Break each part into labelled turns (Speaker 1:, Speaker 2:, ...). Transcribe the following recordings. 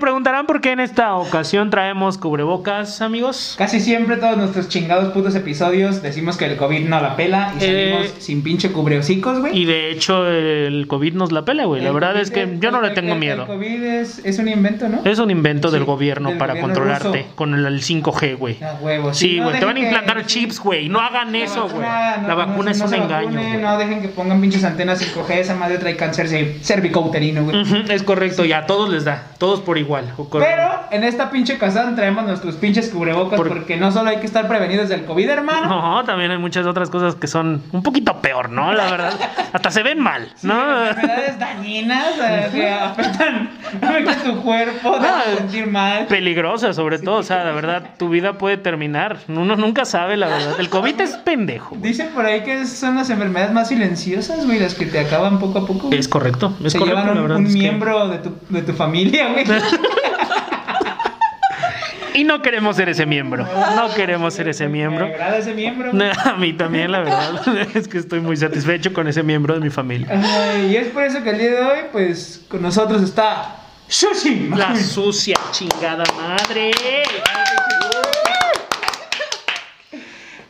Speaker 1: preguntarán por qué en esta ocasión traemos cubrebocas, amigos.
Speaker 2: Casi siempre todos nuestros chingados putos episodios decimos que el COVID no la pela y salimos
Speaker 1: Eh,
Speaker 2: sin pinche cubreocicos, güey.
Speaker 1: Y de hecho, el COVID nos la pela, güey. La
Speaker 2: El
Speaker 1: verdad
Speaker 2: COVID
Speaker 1: es que
Speaker 2: es-
Speaker 1: yo no
Speaker 2: el-
Speaker 1: le
Speaker 2: el-
Speaker 1: tengo
Speaker 2: el-
Speaker 1: miedo.
Speaker 2: El COVID es, es un invento, ¿no?
Speaker 1: Es un invento del
Speaker 2: Sí,
Speaker 1: gobierno
Speaker 2: del
Speaker 1: para
Speaker 2: gobierno
Speaker 1: controlarte
Speaker 2: ruso.
Speaker 1: con el, el 5G, güey.
Speaker 2: A huevo.
Speaker 1: Sí,
Speaker 2: no
Speaker 1: güey, te van a
Speaker 2: dejen que-
Speaker 1: implantar
Speaker 2: sí,
Speaker 1: chips, güey. No hagan eso, güey.
Speaker 2: vacuna, no,
Speaker 1: la
Speaker 2: no,
Speaker 1: vacuna
Speaker 2: no
Speaker 1: es
Speaker 2: se
Speaker 1: un
Speaker 2: vacunen,
Speaker 1: engaño, güey.
Speaker 2: No dejen que pongan pinches antenas 5G, esa madre trae cáncer sí, cervicouterino, güey.
Speaker 1: Ujú, es correcto, ya a todos les da, todos por igual. o correcto.
Speaker 2: Pero en esta pinche casa traemos nuestros pinches cubrebocas
Speaker 1: Por-
Speaker 2: porque no solo hay que estar prevenidos del COVID, hermano.
Speaker 1: No, también hay muchas otras cosas que son un poquito peor, ¿no? La verdad, hasta se ven mal,
Speaker 2: Sí,
Speaker 1: ¿no?
Speaker 2: enfermedades dañinas eh, que afectan, afectan tu cuerpo, te
Speaker 1: No,
Speaker 2: hacen sentir mal.
Speaker 1: Peligrosas, sobre todo, o sea, la verdad, tu vida puede terminar. Uno nunca sabe, la verdad. El COVID es pendejo. güey.
Speaker 2: Dicen por ahí que son las enfermedades más silenciosas, güey, las que te acaban poco a poco. güey.
Speaker 1: Es correcto, es
Speaker 2: Se
Speaker 1: correcto,
Speaker 2: llevan
Speaker 1: la
Speaker 2: un,
Speaker 1: verdad
Speaker 2: un
Speaker 1: es que-
Speaker 2: miembro de, tu, de tu familia, güey.
Speaker 1: Y no queremos ser ese miembro, no queremos ser ese miembro.
Speaker 2: Me agrada ese miembro. güey.
Speaker 1: A mí también, la verdad, es que estoy muy satisfecho con ese miembro de mi familia.
Speaker 2: Ay, y es por eso que el día de hoy, pues, con nosotros está Sushi.
Speaker 1: La sucia chingada madre.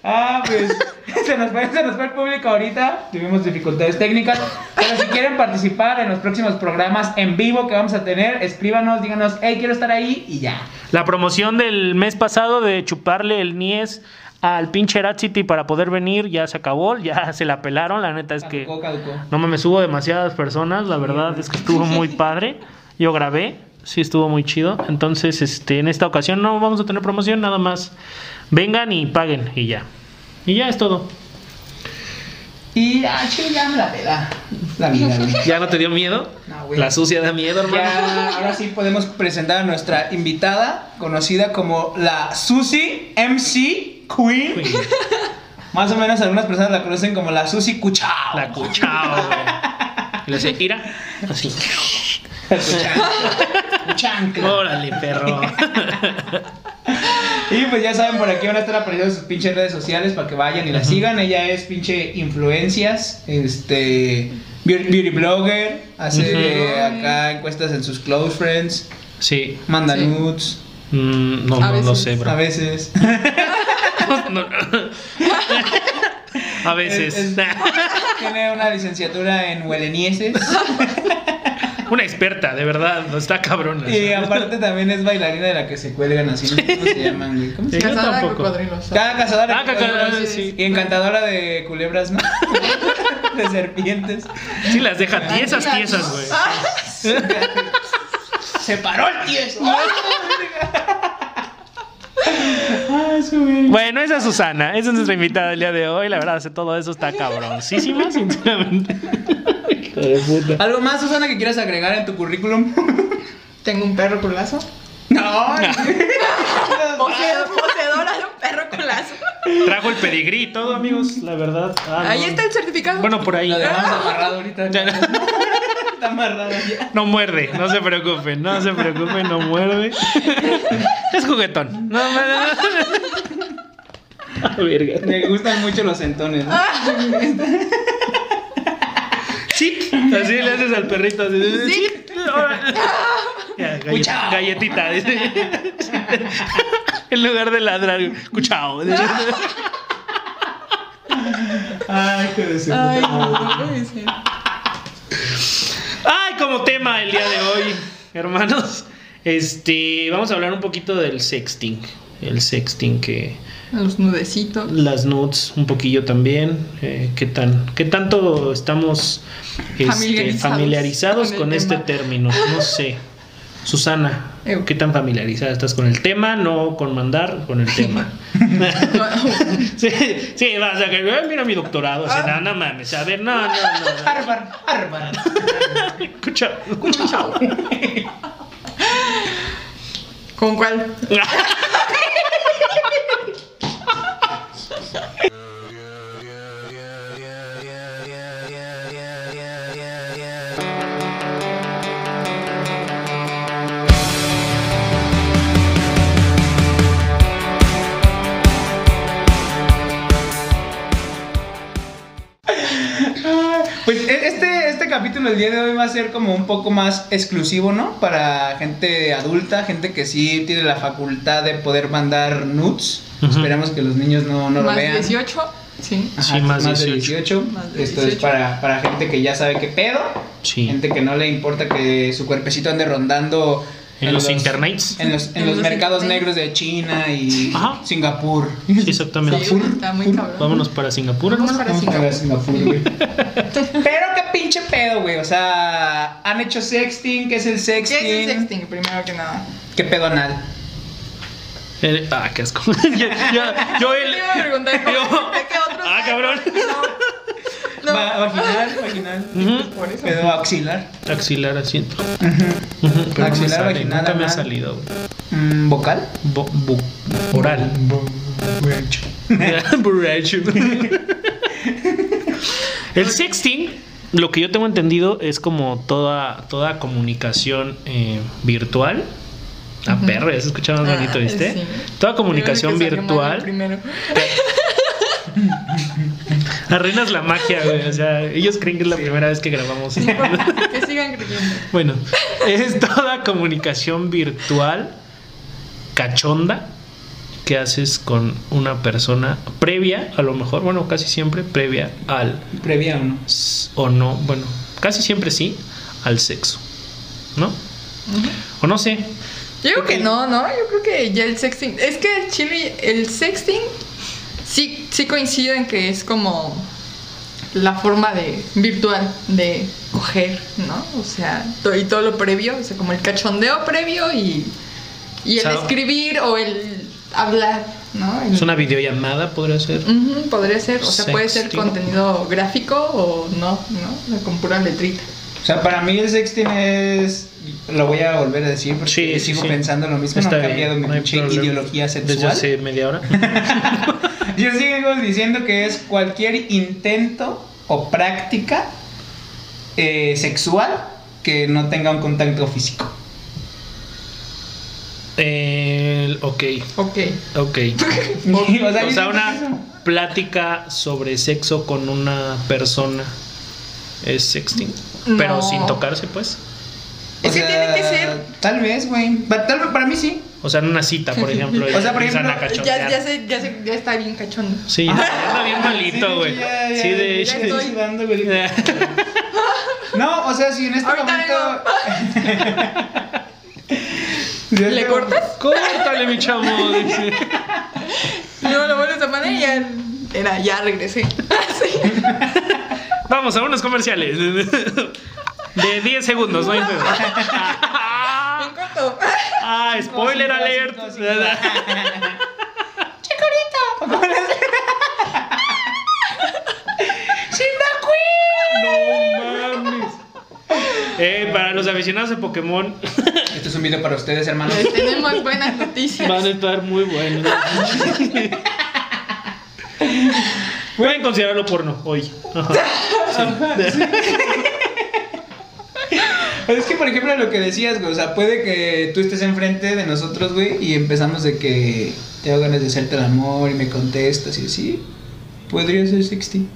Speaker 2: Ah, pues se nos, fue, se nos fue el público ahorita. Tuvimos dificultades técnicas. Pero si quieren participar en los próximos programas en vivo que vamos a tener, escríbanos, díganos, hey, quiero estar ahí y ya.
Speaker 1: La promoción del mes pasado de chuparle el Nies al pinche Rat City para poder venir ya se acabó, ya se la pelaron. La neta es que
Speaker 2: Caducó, caducó.
Speaker 1: no me subo demasiadas personas. La verdad es que estuvo muy padre. Yo grabé, sí estuvo muy chido. Entonces, este, en esta ocasión no vamos a tener promoción, nada más vengan y paguen y ya. Y ya es todo.
Speaker 2: Y, ah, che, ya me la pela la vida, güey.
Speaker 1: ¿Ya no te dio miedo?
Speaker 2: No, güey.
Speaker 1: La sucia da miedo, hermano.
Speaker 2: Ya, ahora sí podemos presentar a nuestra invitada, conocida como la Susi MC Queen.
Speaker 1: Queen.
Speaker 2: Más o menos algunas personas la conocen como la Susi Cuchao.
Speaker 1: La cuchao. güey. Y le hace, "Ira", Así.
Speaker 2: La Cuchao. Cuchancla.
Speaker 1: Órale, perro.
Speaker 2: Y pues ya saben, por aquí van a estar apareciendo sus pinches redes sociales para que vayan y la sigan. Ella es pinche influencias, este, beauty beauty blogger, hace
Speaker 1: Ujú.
Speaker 2: eh, acá encuestas en sus close friends,
Speaker 1: Sí.
Speaker 2: manda
Speaker 3: Sí.
Speaker 2: nudes
Speaker 1: Mm, no,
Speaker 3: A
Speaker 1: no, no
Speaker 3: veces.
Speaker 1: sé, bro.
Speaker 2: a veces.
Speaker 1: No. A veces.
Speaker 2: Es- es- tiene una licenciatura en huelenieses
Speaker 1: Una experta, de verdad. No está cabrona.
Speaker 2: y aparte también es bailarina de la que se cuelgan así, no sé ¿cómo se llaman? güey? ¿Cómo se
Speaker 1: Sí, yo
Speaker 3: Casada con
Speaker 1: tampoco.
Speaker 3: cocodrilos.
Speaker 2: Cada cazadora
Speaker 1: Ah,
Speaker 2: de
Speaker 1: cacadora,
Speaker 2: culebras
Speaker 1: sí.
Speaker 2: y encantadora de culebras, ¿no? de serpientes.
Speaker 1: Sí, las deja tiesas,
Speaker 3: Ay,
Speaker 1: tiesas,
Speaker 3: no.
Speaker 1: güey.
Speaker 2: Se paró el este. tieso. Ah, su verga.
Speaker 1: Bueno, esa es Susana. Esa es nuestra invitada del día de hoy. La verdad, hace todo eso está cabroncísima, sinceramente. Hijo de puta.
Speaker 2: ¿Algo más, Susana, que quieras agregar en tu currículum?
Speaker 3: Tengo un perro con lazo.
Speaker 2: No.
Speaker 3: Poseedor- Poseedora de un perro con lazo.
Speaker 1: Trajo el pedigrí y todo, amigos. La verdad. Ah,
Speaker 3: Ahí
Speaker 1: no.
Speaker 3: está el certificado.
Speaker 1: Bueno, por ahí.
Speaker 2: Lo dejamos amarrado ahorita.
Speaker 1: Ya no.
Speaker 2: Está amarrado ya.
Speaker 1: No muerde, no se preocupen, no se preocupen, no muerde. Es juguetón. No, no, no, no. Ah, verga.
Speaker 2: Me gustan mucho los entones. ¿no?
Speaker 1: Chit. Así le haces al perrito. Así. Chit. Ya, gallet-
Speaker 2: Cuchao.
Speaker 1: galletita. dice. En lugar de ladrar, cuchao.
Speaker 2: Ay, qué deseo.
Speaker 3: Ay,
Speaker 1: Ah.
Speaker 3: no, no puede ser.
Speaker 1: Ay, como tema el día de hoy, hermanos. Este, vamos a hablar un poquito del sexting. El sexting que.
Speaker 3: Los nudecitos.
Speaker 1: las nudes un poquillo también eh, qué tan qué tanto estamos este, familiarizados,
Speaker 3: Familiarizados
Speaker 1: con,
Speaker 3: con el
Speaker 1: este
Speaker 3: tema.
Speaker 1: término no sé Susana
Speaker 3: Eu.
Speaker 1: qué tan familiarizada estás con el tema no con mandar con el tema sí, sí vas a que "Ay, mira mi doctorado así,
Speaker 3: Ah.
Speaker 1: no, no mames a ver no no no, no.
Speaker 2: Harvard, Harvard.
Speaker 1: escucha
Speaker 3: ¿Con cuál?
Speaker 2: Pues e- este, este capítulo el día de hoy va a ser como un poco más exclusivo, ¿no? Para gente adulta, gente que sí tiene la facultad de poder mandar nudes.
Speaker 1: Ujú.
Speaker 2: Esperamos que los niños no, no lo
Speaker 3: Más
Speaker 2: vean.
Speaker 3: 18, sí.
Speaker 2: Ajá,
Speaker 1: Sí, más
Speaker 2: de
Speaker 1: 18.
Speaker 2: 18.
Speaker 3: Más de
Speaker 2: Esto es
Speaker 3: 18.
Speaker 2: para, para gente que ya sabe qué pedo.
Speaker 1: Sí.
Speaker 2: Gente que no le importa que su cuerpecito ande rondando
Speaker 1: En los internets.
Speaker 2: En los, en
Speaker 3: En
Speaker 2: los
Speaker 3: los
Speaker 2: mercados
Speaker 3: internets.
Speaker 2: negros de China y
Speaker 1: Ajá.
Speaker 2: Singapur.
Speaker 1: Sí, exactamente.
Speaker 3: Sí, está muy cabrón.
Speaker 1: Ah, Vámonos para Singapur,
Speaker 3: Vamos
Speaker 1: hermano.
Speaker 3: para
Speaker 2: Vamos a
Speaker 3: Singapur.
Speaker 2: ver Singapur, güey. Pero qué pinche pedo, güey. O sea, han hecho sexting. ¿Qué es el
Speaker 3: ¿Qué
Speaker 2: sexting?
Speaker 3: es el sexting, primero que nada?
Speaker 2: ¿Qué pedo anal?
Speaker 1: Eh, ah, qué asco. yo, yo- yo el-
Speaker 3: Te iba a preguntar, ¿cómo-
Speaker 1: yo-
Speaker 3: de qué otros
Speaker 1: Ah,
Speaker 3: hay?
Speaker 1: cabrón.
Speaker 3: No.
Speaker 2: Va- vaginal, vaginal.
Speaker 1: Ujú.
Speaker 3: Por eso.
Speaker 2: Pedo auxilar.
Speaker 1: Axilar asiento.
Speaker 2: Ujú.
Speaker 1: Pero no me
Speaker 2: Axilar,
Speaker 1: sale,
Speaker 2: vaginal,
Speaker 1: nunca me ha
Speaker 2: anal.
Speaker 1: salido. güey.
Speaker 2: Mm, ¿Vocal?
Speaker 1: Bo- bu- oral. Borracho. El sexting, lo que yo tengo entendido, es como toda, toda comunicación eh, virtual. Ah, perro, ya se escuchaba más
Speaker 3: Ah,
Speaker 1: bonito, ¿viste?
Speaker 3: sí.
Speaker 1: Toda comunicación
Speaker 3: Creo que salió mal el
Speaker 1: virtual.
Speaker 3: Primero.
Speaker 1: Arruinas la magia, güey. O sea, ellos creen que es la primera vez que grabamos.
Speaker 3: que sigan creyendo.
Speaker 1: Bueno, es toda comunicación virtual cachonda que haces con una persona previa, a lo mejor, bueno, casi siempre previa al
Speaker 2: Previa o no.
Speaker 1: s- o no, bueno, casi siempre sí, al sexo, ¿no? O no sé,
Speaker 3: Yo creo que no, ¿no? Yo creo que ya el sexting. Es que el chile, el sexting sí, sí coincido en que es como la forma de virtual de coger, ¿no? O sea, to- y todo lo previo, o sea, como el cachondeo previo y, y el
Speaker 1: Claro.
Speaker 3: escribir o el hablar, ¿no? El-
Speaker 1: es una videollamada, podría ser.
Speaker 3: Ujú, podría ser, o sea, puede ser
Speaker 1: Sexting.
Speaker 3: contenido gráfico o no, ¿no? O sea, con pura letrita.
Speaker 2: O sea, para mí el sexting es. Lo voy a volver a decir porque
Speaker 1: Sí, sí,
Speaker 2: sigo
Speaker 1: sí.
Speaker 2: pensando lo mismo. no
Speaker 1: Está
Speaker 2: he
Speaker 1: bien,
Speaker 2: cambiado mi
Speaker 1: no hay
Speaker 2: pinche
Speaker 1: problema.
Speaker 2: ideología
Speaker 1: Desde
Speaker 2: sexual.
Speaker 1: hace media hora.
Speaker 2: Yo sigo diciendo que es cualquier intento o práctica eh, sexual que no tenga un contacto físico.
Speaker 1: El- ok,
Speaker 3: Ok.
Speaker 1: ok.
Speaker 2: o
Speaker 1: O
Speaker 2: yo
Speaker 1: sea,
Speaker 2: siento que eso-
Speaker 1: una plática sobre sexo con una persona es sexting, pero
Speaker 3: No.
Speaker 1: sin tocarse, pues.
Speaker 2: o
Speaker 3: Es que tiene que ser.
Speaker 2: Tal vez, güey. Pa- Tal vez para mí sí.
Speaker 1: O sea, en una cita, por ejemplo.
Speaker 2: O sea, por
Speaker 1: empiezan
Speaker 2: ejemplo,
Speaker 1: a cachondear.
Speaker 3: Ya, ya, se, ya, se- ya está bien cachondo.
Speaker 1: Sí,
Speaker 2: Ah.
Speaker 1: ya está bien malito, güey.
Speaker 2: Sí, ya, ya,
Speaker 1: Sí, de
Speaker 2: ya
Speaker 1: hecho.
Speaker 3: estoy-
Speaker 2: estoy sudando, güey. No, o sea, si en este
Speaker 3: Ahorita
Speaker 2: momento. Si en
Speaker 3: ¿Le
Speaker 2: este-
Speaker 3: cortas?
Speaker 1: Córtale, mi chamo. dice.
Speaker 3: No, lo vuelves a poner y ya. Era, ya regresé. Sí.
Speaker 1: Vamos a unos comerciales. De 10 segundos, no hay pedo.
Speaker 2: Ah.
Speaker 3: En corto.
Speaker 1: Ah, spoiler
Speaker 2: Cinco,
Speaker 1: alert.
Speaker 2: cinco, cinco.
Speaker 1: No mames. Eh, para los aficionados de Pokémon
Speaker 2: Este es un video para ustedes, hermanos.
Speaker 3: Les Este, tenemos buenas noticias.
Speaker 1: van a estar muy buenos. Pueden considerarlo porno hoy. Ajá.
Speaker 2: Es que, por ejemplo, lo que decías, güey, o sea, puede que tú estés enfrente de nosotros, güey, y empezamos de que tengo ganas de hacerte el amor y me contestas y así. Podría ser 60.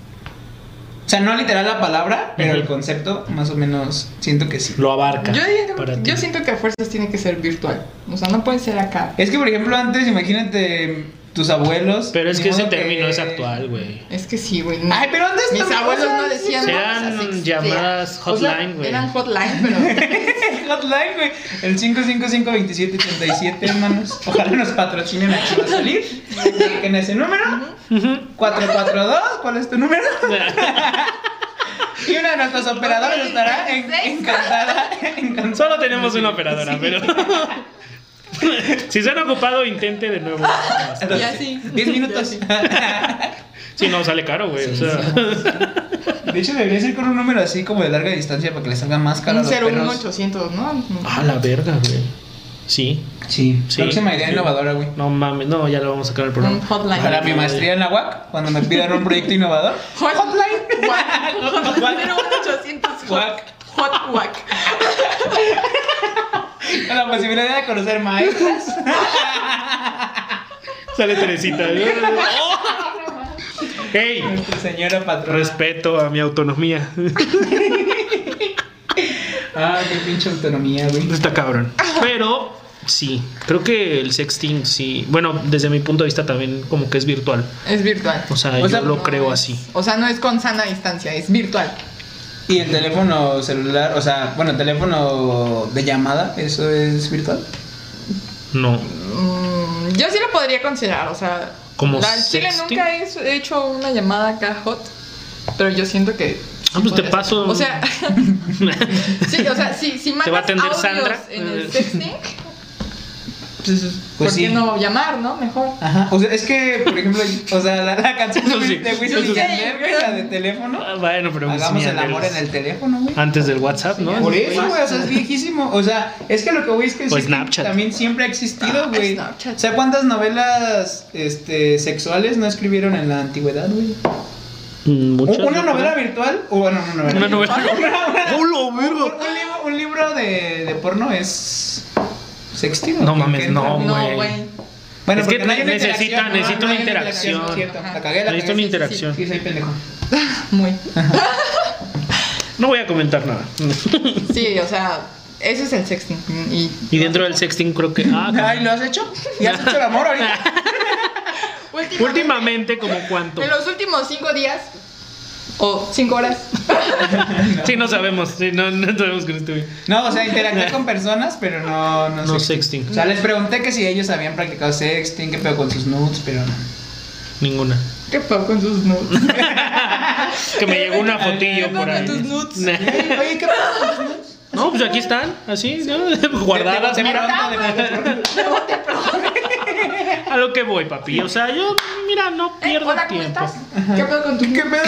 Speaker 2: O sea, no literal la palabra, pero el
Speaker 1: Ujú.
Speaker 2: concepto, más o menos, siento que sí.
Speaker 1: Lo abarca.
Speaker 3: Yo, diría que-
Speaker 1: para ti.
Speaker 3: yo siento que a fuerzas tiene que ser virtual. O sea, no puede ser acá.
Speaker 2: Es que, por ejemplo, antes, imagínate tus abuelos.
Speaker 1: Pero es
Speaker 2: ni
Speaker 1: que ese
Speaker 2: modo
Speaker 1: término es actual, güey.
Speaker 3: Es que sí, güey. no.
Speaker 2: Ay, pero antes
Speaker 3: Mis
Speaker 2: también,
Speaker 3: abuelos
Speaker 2: o sea,
Speaker 3: no decían vamos a
Speaker 1: Serán
Speaker 3: sextear.
Speaker 1: llamadas
Speaker 2: O sea,
Speaker 1: hotline, güey.
Speaker 3: Eran hotline, pero.
Speaker 2: Hotline, güey. El 555-2737, hermanos. Ojalá nos patrocinen aquí va a salir. En ese número.
Speaker 1: Ujú.
Speaker 2: 442, ¿cuál es tu número? Y una de nuestras operadoras estará en- encantada. encantada.
Speaker 1: Solo tenemos una operadora, pero. si se han ocupado, intente de nuevo.
Speaker 3: Ya sí.
Speaker 2: 10 minutos.
Speaker 1: Si no, sale caro, güey. o sea.
Speaker 2: De hecho, debería ser con un número así como de larga distancia para que les salga más caro a
Speaker 3: Un
Speaker 2: los perros.
Speaker 3: 01800, ¿no?
Speaker 1: Ah, la verga, güey. Sí.
Speaker 2: Sí,
Speaker 1: Sí.
Speaker 2: próxima idea innovadora, güey.
Speaker 1: No mames, no, ya lo vamos a sacar el
Speaker 3: Un
Speaker 1: programa.
Speaker 3: hotline.
Speaker 2: Para mi maestría en la UAC, cuando me pidan un proyecto innovador.
Speaker 3: Hotline. Guac.
Speaker 2: Guac.
Speaker 3: 01800.
Speaker 2: Guac.
Speaker 3: Hot guac.
Speaker 2: Con la posibilidad de conocer maestras.
Speaker 1: Sale Teresita. ¡Ey!
Speaker 2: Nuestra señora patrona.
Speaker 1: Respeto a mi autonomía.
Speaker 2: Ah, qué pinche autonomía, güey.
Speaker 1: Está cabrón. Pero sí, creo que el sexting sí. Bueno, desde mi punto de vista también como que es virtual.
Speaker 3: Es virtual.
Speaker 1: O sea, yo
Speaker 2: sea,
Speaker 1: lo
Speaker 3: No
Speaker 1: creo
Speaker 3: es-
Speaker 1: así.
Speaker 3: O sea, no es con sana distancia, es virtual.
Speaker 2: Y el teléfono celular, o sea, bueno, el teléfono de llamada, eso es virtual.
Speaker 1: No.
Speaker 3: Mm, yo sí lo podría considerar, o sea.
Speaker 1: ¿Como
Speaker 3: la- al Chile
Speaker 1: sexting?
Speaker 3: nunca he hecho- he hecho una llamada acá hot, pero yo siento que. sí
Speaker 1: Ah, pues te
Speaker 3: podría ser.
Speaker 1: paso.
Speaker 3: O sea, sí, o sea, sí, si mandas
Speaker 1: va a atender
Speaker 3: audios
Speaker 1: Sandra?
Speaker 3: en el
Speaker 1: Eh.
Speaker 3: sexting,
Speaker 2: Pues,
Speaker 3: ¿por qué no llamar, no? Mejor.
Speaker 2: Ajá. O sea, es que, por ejemplo, o sea, la, la canción
Speaker 1: Eso sí,
Speaker 2: de
Speaker 1: eso
Speaker 2: Wisin
Speaker 1: sí.
Speaker 2: y Yandel, güey, la de teléfono.
Speaker 1: Ah, bueno, pero pues,
Speaker 2: Hagamos
Speaker 1: ni
Speaker 2: el amor
Speaker 1: anhelos.
Speaker 2: en el teléfono, güey.
Speaker 1: Antes del Whatsap, ¿no?
Speaker 2: Por eso, Ah, güey, Pues o sea, es viejísimo. O sea, es que lo que voy es que el
Speaker 1: O
Speaker 2: sexting
Speaker 1: Snapchat.
Speaker 2: también siempre ha existido,
Speaker 3: Ah,
Speaker 2: güey.
Speaker 3: Snapchat.
Speaker 2: O sea, ¿cuántas novelas este, sexuales no escribieron en la antigüedad, güey?
Speaker 1: Mm, muchas,
Speaker 2: ¿Una
Speaker 1: ¿no?
Speaker 2: novela virtual? O bueno, una novela.
Speaker 1: Una novela.
Speaker 2: Una-
Speaker 1: ¡Hola,
Speaker 2: una- un,
Speaker 1: Oh, verga!
Speaker 2: un libro, un libro de, de porno es sextivo.
Speaker 1: No mames,
Speaker 2: Porque entra-
Speaker 1: no,
Speaker 3: No,
Speaker 1: güey.
Speaker 3: güey.
Speaker 2: Bueno,
Speaker 1: Es que
Speaker 2: porque no hay una
Speaker 1: necesita-
Speaker 2: interacción,
Speaker 1: necesita
Speaker 2: no,
Speaker 1: una
Speaker 2: no hay
Speaker 1: interacción.
Speaker 2: cierto.
Speaker 3: Ajá.
Speaker 2: La cagué, la
Speaker 1: Necesito una
Speaker 2: cagué. Sí, sí,
Speaker 1: interacción.
Speaker 2: Sí, soy pendejo.
Speaker 3: Muy.
Speaker 1: No voy a comentar nada.
Speaker 3: Sí, o sea, ese es el sexting. Y,
Speaker 1: Y dentro del sexting creo que... Ah,
Speaker 2: Ay, ¿lo has hecho? ¿Ya has hecho el amor ahorita?
Speaker 1: como- últimamente como cuánto.
Speaker 3: En los últimos cinco días o cinco horas.
Speaker 1: Sí, no sabemos. Sí, no, no sabemos con este güey.
Speaker 2: No, o sea, interactué con personas, pero no, no,
Speaker 1: No
Speaker 2: sexting.
Speaker 1: sexting.
Speaker 2: O sea, les pregunté que si ellos habían practicado sexting, que pedo con sus nudes, pero no.
Speaker 1: Ninguna.
Speaker 3: ¿Qué pedo con sus nudes?
Speaker 1: Que me llegó una
Speaker 2: Ay,
Speaker 1: fotillo
Speaker 3: ¿Qué
Speaker 1: por
Speaker 3: pedo
Speaker 1: ahí.
Speaker 3: con tus nudes?
Speaker 1: Nah.
Speaker 2: Oye, oye, ¿qué pedo con tus nudes?
Speaker 1: No, pues aquí están, así, ¿no? guardadas.
Speaker 2: Te- te- te
Speaker 1: Mira,
Speaker 2: pregunto, te pregunto.
Speaker 1: a lo que voy, papi. O sea, yo, mira, no
Speaker 3: Eh,
Speaker 1: pierdo
Speaker 3: hola, ¿cómo
Speaker 1: tiempo.
Speaker 3: estás? ¿Qué pedo con tus
Speaker 2: ¿Qué
Speaker 3: nudes?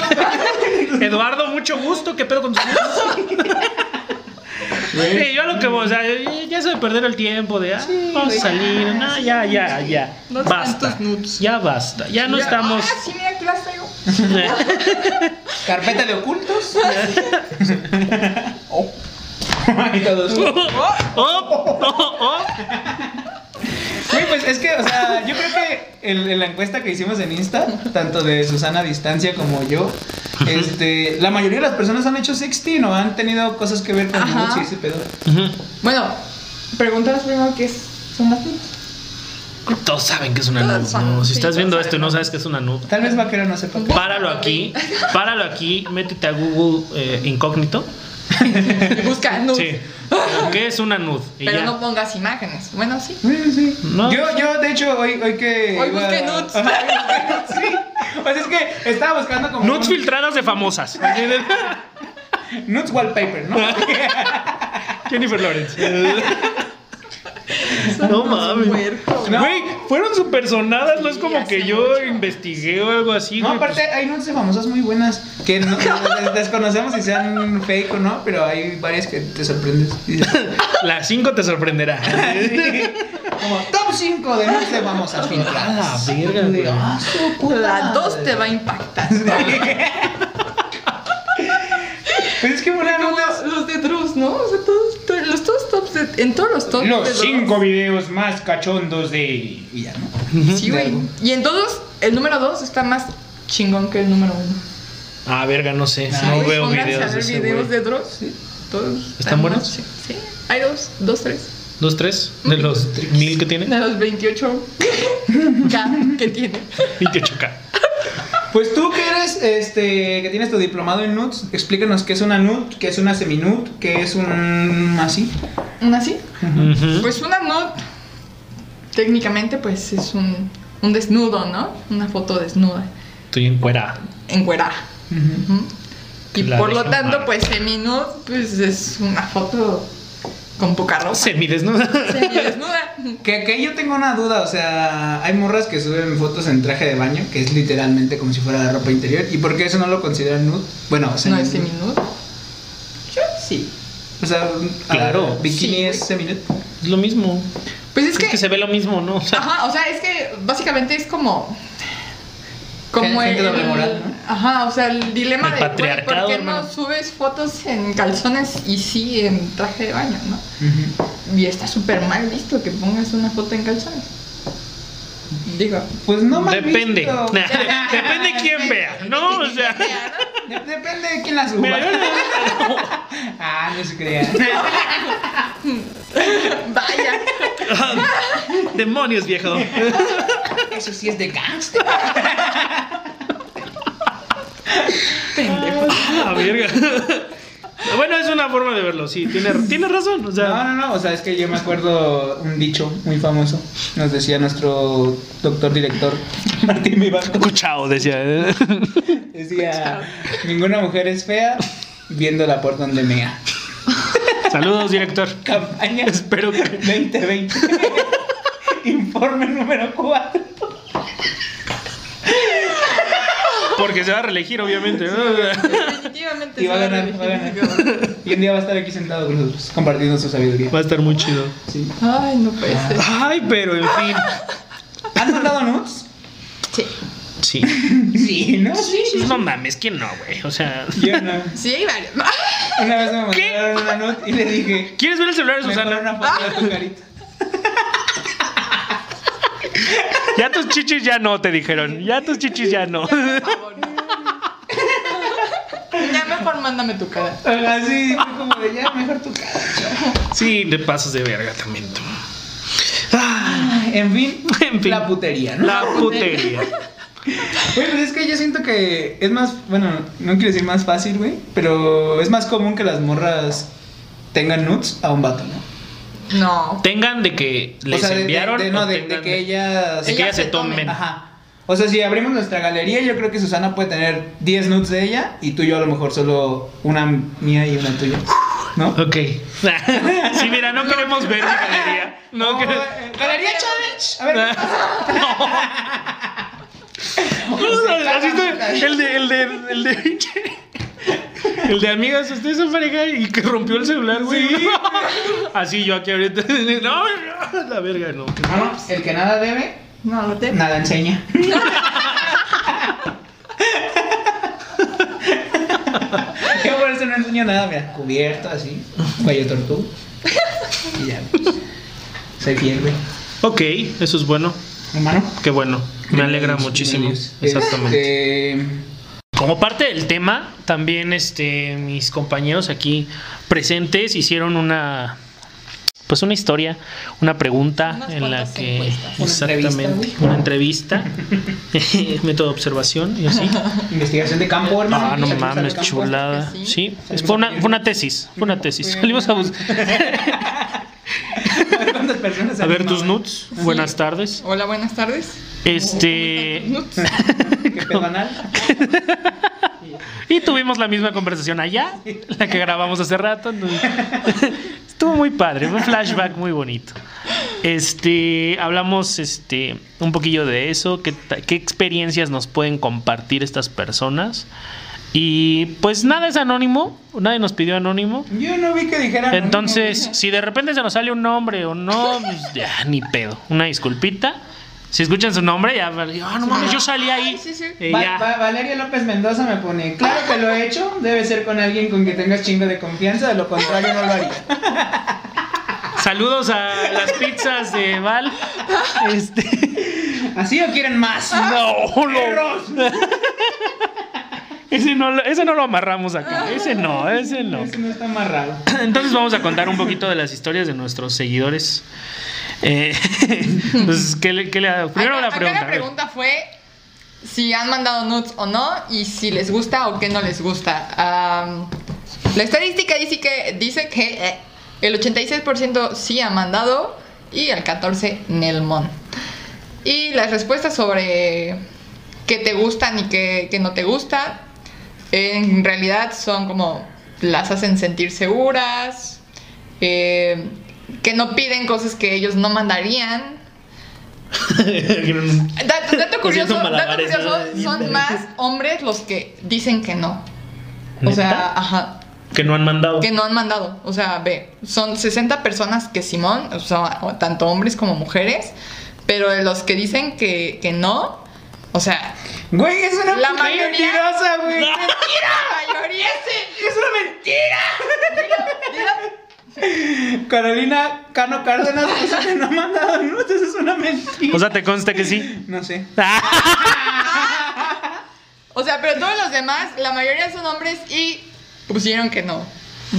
Speaker 2: pedo?
Speaker 1: Eduardo, mucho gusto. ¿Qué pedo con tus Sí, yo a lo que voy, o sea, ya- ya se de perder el tiempo de, ah, vamos a
Speaker 2: güey.
Speaker 1: salir. No, ya, ya, ya.
Speaker 3: No están
Speaker 1: basta.
Speaker 3: tus nudes.
Speaker 1: Ya basta. Ya no
Speaker 3: Mira,
Speaker 1: estamos.
Speaker 3: Ah, sí, mira, aquí las traigo.
Speaker 2: ¿Carpeta de ocultos? oh. Y todos.
Speaker 1: Oh, oh, oh, oh.
Speaker 2: Güey, pues es que, o sea, yo creo que el- en la encuesta que hicimos en Insta, tanto de Susana Distancia como yo, este, la mayoría de las personas han hecho sexting o han tenido cosas que ver con
Speaker 3: Ajá.
Speaker 2: nudes y ese pedo.
Speaker 1: Ujú.
Speaker 3: Bueno, preguntaros primero qué es- son las nudes.
Speaker 1: Todos saben que es una
Speaker 3: Todos
Speaker 1: noob,
Speaker 3: saben,
Speaker 1: ¿no? Si
Speaker 3: sí,
Speaker 1: estás
Speaker 3: todos
Speaker 1: viendo
Speaker 3: saben.
Speaker 1: esto y no sabes que es una noob,
Speaker 2: Tal vez vaquero no sepa. qué-
Speaker 1: páralo aquí, páralo aquí, métete a Google eh, incógnito.
Speaker 3: Y Busca nudes.
Speaker 1: Sí. ¿Qué es una nud? Y
Speaker 3: Pero
Speaker 1: ya.
Speaker 3: no pongas imágenes. Bueno, sí.
Speaker 2: Sí, sí.
Speaker 1: No.
Speaker 2: Yo, yo, de hecho, hoy, hoy que.
Speaker 3: Hoy
Speaker 2: iba-
Speaker 3: busqué nudes.
Speaker 2: Ajá, hoy busqué nudes, sí. Pues es que estaba buscando como.
Speaker 1: Nudes
Speaker 2: un-
Speaker 1: filtradas de famosas.
Speaker 2: Nudes wallpaper, ¿no?
Speaker 1: Jennifer Lawrence. No mames.
Speaker 3: Puerco.
Speaker 2: No.
Speaker 1: Güey, fueron supersonadas, no es
Speaker 3: Sí,
Speaker 1: como
Speaker 3: hace
Speaker 1: que yo
Speaker 3: mucho.
Speaker 1: investigué o algo así.
Speaker 2: No,
Speaker 1: güey, pues,
Speaker 2: aparte hay nudes de famosas muy buenas que no, des- desconocemos si sean fake o no, pero hay varias que te sorprendes. Y dices,
Speaker 1: pues, las 5 te sorprenderá.
Speaker 2: Como top 5 de nudes de famosas filtradas.
Speaker 1: A la verga, güey.
Speaker 2: De, ah, su puta
Speaker 3: La dos
Speaker 2: madre.
Speaker 3: te va a impactar.
Speaker 2: Pero Pues es que una
Speaker 3: Como
Speaker 2: nude
Speaker 3: los de Dross, ¿no? O sea, todos, to- los todos tops de- en todos los tops de Dross.
Speaker 2: videos más cachondos de. Y ya, ¿no?
Speaker 3: Sí, güey. Y en todos, el número 2 está más chingón que el número 1.
Speaker 1: Ah, verga, no sé.
Speaker 2: Ay,
Speaker 1: no veo
Speaker 3: Pónganse
Speaker 1: videos
Speaker 3: a
Speaker 1: de
Speaker 3: ver
Speaker 1: ese,
Speaker 3: videos
Speaker 1: güey.
Speaker 3: de Dross. Sí, todos.
Speaker 1: buenos?
Speaker 3: más- Sí, sí. Hay dos, dos, tres.
Speaker 1: ¿Dos, tres? ¿De los mil que tiene?
Speaker 3: De los 28 K que tiene.
Speaker 1: 28K.
Speaker 2: Pues tú que eres, este, que tienes tu diplomado en nudes, explícanos qué es una nude, qué es una seminude, qué es un así.
Speaker 3: ¿Una así?
Speaker 1: Ujú.
Speaker 3: Pues una no. Técnicamente, pues es un, un desnudo, ¿no? Una foto desnuda.
Speaker 1: Estoy en cuera.
Speaker 3: Encuerada.
Speaker 1: Mm.
Speaker 3: Ujú.
Speaker 1: Que
Speaker 3: Y
Speaker 1: la
Speaker 3: por lo
Speaker 1: dejen
Speaker 3: tanto,
Speaker 1: mal.
Speaker 3: pues seminude, pues es una foto con poca ropa.
Speaker 1: Semidesnuda.
Speaker 3: Semidesnuda.
Speaker 2: Que, que ahí yo tengo una duda, o sea, hay morras que suben fotos en traje de baño, que es literalmente como si fuera la ropa interior, ¿y por qué eso no lo consideran nude? Bueno, o sea,
Speaker 3: ¿No es seminude? Yo sí.
Speaker 2: O sea,
Speaker 1: Claro.
Speaker 2: ah, bikini
Speaker 3: Sí,
Speaker 2: es
Speaker 3: güey.
Speaker 2: seminude.
Speaker 1: Es lo mismo.
Speaker 3: Pues es
Speaker 1: Es
Speaker 3: que.
Speaker 1: que se ve lo mismo, ¿no? O sea,
Speaker 3: Ajá, o sea, es que básicamente es como. Como
Speaker 2: Gente
Speaker 3: el.
Speaker 2: doble moral, ¿no?
Speaker 3: Ajá, o sea, el dilema
Speaker 1: El
Speaker 3: de. güey,
Speaker 1: patriarcado,
Speaker 3: ¿Por qué
Speaker 1: hermano.
Speaker 3: no subes fotos en calzones y sí en traje de baño, no?
Speaker 2: Ujú.
Speaker 3: Y está súper mal visto que pongas una foto en calzones. Digo.
Speaker 2: Pues no mal
Speaker 1: depende.
Speaker 2: visto.
Speaker 1: depende quién vea, ¿no? O sea.
Speaker 2: De- depende de quién la suba.
Speaker 1: Mira, yo-
Speaker 2: Ah, no se crean.
Speaker 3: Vaya.
Speaker 1: Demonios, viejo.
Speaker 2: Eso sí es de gangster.
Speaker 1: Ah, verga. Bueno, es una forma de verlo, sí, tiene, tiene razón. O
Speaker 2: No,
Speaker 1: sea,
Speaker 2: no, no, o sea, es que yo me acuerdo un dicho muy famoso. Nos decía nuestro doctor director, Martín Vivanco.
Speaker 1: cuchao, decía.
Speaker 2: Decía, ninguna mujer es fea viéndola por donde mea.
Speaker 1: Saludos, director.
Speaker 2: Campaña
Speaker 1: Espero que.
Speaker 2: 2020. Informe número 4.
Speaker 1: Porque se va a reelegir, obviamente. ¿no?
Speaker 3: Definitivamente
Speaker 2: Y va a
Speaker 3: se
Speaker 2: ganar, va a ganar. Y un día va a estar aquí sentado con nosotros, compartiendo su sabiduría.
Speaker 1: Va a estar muy chido.
Speaker 2: Sí.
Speaker 3: Ay, no puede ser.
Speaker 1: Ay, pero en fin.
Speaker 2: ¿Han mandado nudes?
Speaker 3: Sí.
Speaker 1: Sí.
Speaker 2: Sí, ¿no? Sí.
Speaker 1: No mames, que no, güey. O sea.
Speaker 2: Yo no.
Speaker 3: Sí, hay varios.
Speaker 2: Una vez me
Speaker 1: ¿Qué?
Speaker 2: mandaron una nut y le dije,
Speaker 1: ¿Quieres ver el celular de
Speaker 2: me
Speaker 1: Susana?
Speaker 2: pone una foto de tu carita.
Speaker 1: Ya tus chichis ya no, te dijeron. Ya tus chichis ya no.
Speaker 3: Por favor. Ya mejor mándame tu cara.
Speaker 2: Así, fue como de ya, mejor tu cara.
Speaker 1: Sí, le pasas de verga también tú.
Speaker 2: En fin,
Speaker 1: En fin.
Speaker 2: la putería, ¿no?
Speaker 1: La putería.
Speaker 2: Güey, pues es que yo siento que es más, bueno, no quiero decir más fácil, güey, pero es más común que las morras tengan nudes a un vato, ¿no?
Speaker 3: No.
Speaker 1: Tengan de que les
Speaker 2: o sea, de- de-
Speaker 1: enviaron.
Speaker 2: de, no,
Speaker 1: o
Speaker 2: de, de
Speaker 1: tengan
Speaker 2: que ellas...
Speaker 1: de que
Speaker 3: Ellas
Speaker 1: ellas se
Speaker 3: se tomen.
Speaker 1: tomen.
Speaker 2: Ajá. O sea, si abrimos nuestra galería, yo creo que Susana puede tener 10 nudes de ella y tú y yo a lo mejor solo una mía y una tuya, ¿no?
Speaker 1: Ok. sí, mira, no queremos ver la galería. No,
Speaker 2: No,
Speaker 1: queremos.
Speaker 2: eh, galería challenge. A ver, ¿qué pasa?
Speaker 1: Así está, el de, el de, el de pinche- El de amigas, usted es pareja y que rompió el celular, güey. Así yo aquí ahorita. No, no, la verga, no.
Speaker 2: Ah, no, el que nada debe,
Speaker 3: No lo tengo.
Speaker 2: nada enseña. Yo por eso no enseño nada, mira, cubierto así, cuello de tortuga. Y ya. pues, Soy fiel, güey.
Speaker 1: Ok, eso es bueno.
Speaker 2: Hermano.
Speaker 1: Qué bueno. Me alegra
Speaker 2: Bienvenidos,
Speaker 1: muchísimo.
Speaker 2: bienvenidos.
Speaker 1: Exactamente.
Speaker 2: Este,
Speaker 1: Como parte del tema, también este, mis compañeros aquí presentes hicieron una, pues una historia, una pregunta
Speaker 3: Unas
Speaker 1: en la
Speaker 3: cuantas
Speaker 1: que
Speaker 3: encuestas.
Speaker 2: Una
Speaker 1: exactamente una entrevista, método de observación y así.
Speaker 2: investigación de campo, hermano.
Speaker 1: Ah, no
Speaker 2: Salimos al
Speaker 1: mames,
Speaker 2: campo.
Speaker 1: chulada.
Speaker 3: que sí.
Speaker 1: Sí,
Speaker 2: Salimos
Speaker 1: fue una,
Speaker 2: a-
Speaker 1: fue una tesis, fue una tesis. Salimos a, bus-
Speaker 2: A ver cuántas personas
Speaker 1: a ver
Speaker 2: animaban.
Speaker 1: tus nudes. Buenas tardes.
Speaker 3: Hola, buenas tardes.
Speaker 1: Este
Speaker 3: ¿Cómo están tus nudes?
Speaker 2: ¿Qué pedo anal?
Speaker 1: Y tuvimos la misma conversación allá, la que grabamos hace rato. entonces, Estuvo muy padre, fue un flashback muy bonito. Este, hablamos este, un poquillo de eso, qué, ta- qué experiencias nos pueden compartir estas personas. Y pues nada es anónimo, nadie nos pidió anónimo.
Speaker 2: Yo no vi que dijeran.
Speaker 1: Entonces, si de repente se nos sale un nombre o no, pues, ya, ni pedo, una disculpita. Si escuchan su nombre, ya, ah, no mames, yo salí ahí.
Speaker 3: Ay, sí, sí.
Speaker 1: Y
Speaker 2: Va-
Speaker 1: ya.
Speaker 2: Va- Valeria López Mendoza me pone, claro que lo he hecho, debe ser con alguien con que tengas chingo de confianza, de lo contrario no lo haría.
Speaker 1: Saludos a las pizzas de Val. Este.
Speaker 2: ¿Así o quieren más?
Speaker 1: No,
Speaker 2: Perros.
Speaker 1: Ese no, lo- ese no lo amarramos
Speaker 3: Ah.
Speaker 1: acá. Ese no, ese no.
Speaker 2: Eso no está amarrado.
Speaker 1: Entonces vamos a contar un poquito de las historias de nuestros seguidores. Eh, pues, ¿qué le, qué le- primero
Speaker 3: Acá-
Speaker 1: la
Speaker 3: acá
Speaker 1: pregunta. a
Speaker 3: la
Speaker 1: ver.
Speaker 3: pregunta fue si han mandado nudes o no y si les gusta o qué no les gusta. Am, la estadística dice que, dice que eh, el 86% sí ha mandado y el 14% Nelmon. Y las respuestas sobre qué te gustan y qué, qué no te gusta, en realidad son como las hacen sentir seguras, eh, que no piden cosas que ellos no mandarían, Dato, dato curioso,
Speaker 1: Haciendo
Speaker 3: dato
Speaker 1: Pues malabares,
Speaker 3: curioso,
Speaker 1: ¿no?
Speaker 3: son más hombres los que dicen que no. O
Speaker 1: ¿Neta?
Speaker 3: sea, ajá,
Speaker 1: que no han mandado.
Speaker 3: que no han mandado. O sea, ve, son 60 personas que Simón, o sea, o tanto hombres como mujeres, pero de los que dicen que, que no, o sea,
Speaker 2: Güey, es una
Speaker 3: La
Speaker 2: puta
Speaker 3: mayoría-
Speaker 2: mentirosa, güey.
Speaker 3: la mayoría sí.
Speaker 2: Es una mentira. Carolina Cano Cárdenas, pues, o sea, que no ha mandado nudes, eso es una mentira.
Speaker 1: O sea, te consta que sí.
Speaker 2: no sé.
Speaker 3: O sea, pero todos los demás, la mayoría son hombres y pusieron que no.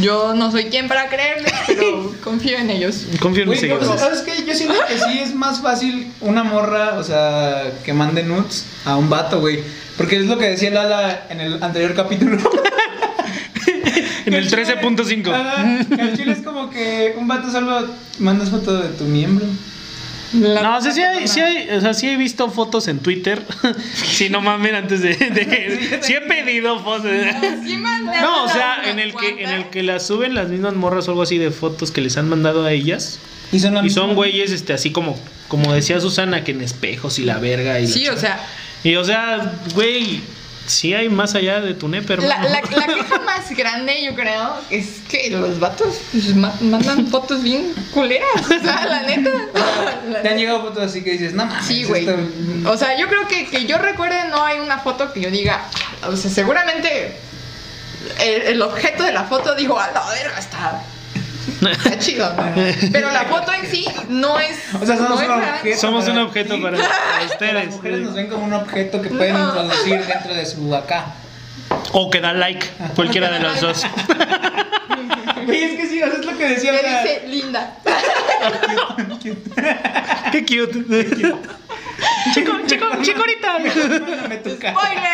Speaker 3: Yo no soy quien para creerles, pero confío en ellos.
Speaker 1: Confío en mis
Speaker 2: Güey, no, pues,
Speaker 1: seguidores.
Speaker 2: ¿sabes qué? Yo siento que sí es más fácil una morra, o sea, que mande nudes a un vato, güey. Porque es lo que decía Lala en el anterior capítulo.
Speaker 1: En el
Speaker 2: chile-
Speaker 1: 13.5.
Speaker 3: Ah.
Speaker 2: Ajá, que El chile es como que un vato solo mandas foto de tu miembro.
Speaker 3: La-
Speaker 1: No, o sea, sí hay, sí hay- o sea, sí he visto fotos en Twitter. sí, no mamen antes de, de- sí he pedido fotos.
Speaker 3: Sí mandé
Speaker 1: No, o sea,
Speaker 3: unas
Speaker 1: en el que en
Speaker 3: cuantas.
Speaker 1: el que las suben las mismas morras o algo así de fotos que les han mandado a ellas.
Speaker 2: Y son, la
Speaker 1: Y son
Speaker 2: misma-
Speaker 1: güeyes este así como como decía Susana que en espejos y la verga y la
Speaker 3: Sí, o
Speaker 1: ch-
Speaker 3: sea,
Speaker 1: Y o sea, güey, sí hay más allá de tu nepe,
Speaker 3: la,
Speaker 1: hermano.
Speaker 3: la- la queja más grande, yo creo, es que los vatos pues, ma- mandan fotos bien culeras. O sea, la neta. La-
Speaker 2: Te han llegado fotos así que dices, no mames.
Speaker 3: Sí, güey.
Speaker 2: esto-
Speaker 3: O sea, yo creo que, que yo recuerde no hay una foto que yo diga, o sea, seguramente el, el objeto de la foto dijo, a la verga, está, está chido, ¿no?". Pero la foto en sí no es...
Speaker 2: O sea, somos
Speaker 3: no es
Speaker 2: un
Speaker 3: rara.
Speaker 2: objeto.
Speaker 1: Somos un
Speaker 2: para-
Speaker 1: objeto
Speaker 2: sí.
Speaker 1: para, para
Speaker 2: Las
Speaker 1: ustedes.
Speaker 2: mujeres nos ven como un objeto que pueden
Speaker 3: No.
Speaker 2: introducir dentro de su acá.
Speaker 1: O que da like, cualquiera de las dos.
Speaker 2: Güey, es que sí, o sea, es lo que decía.
Speaker 3: Le
Speaker 2: o sea,
Speaker 3: dice, linda.
Speaker 1: Qué cute. chico, chico, chico ahorita.
Speaker 2: "Mándame tu cara".
Speaker 3: Spoiler.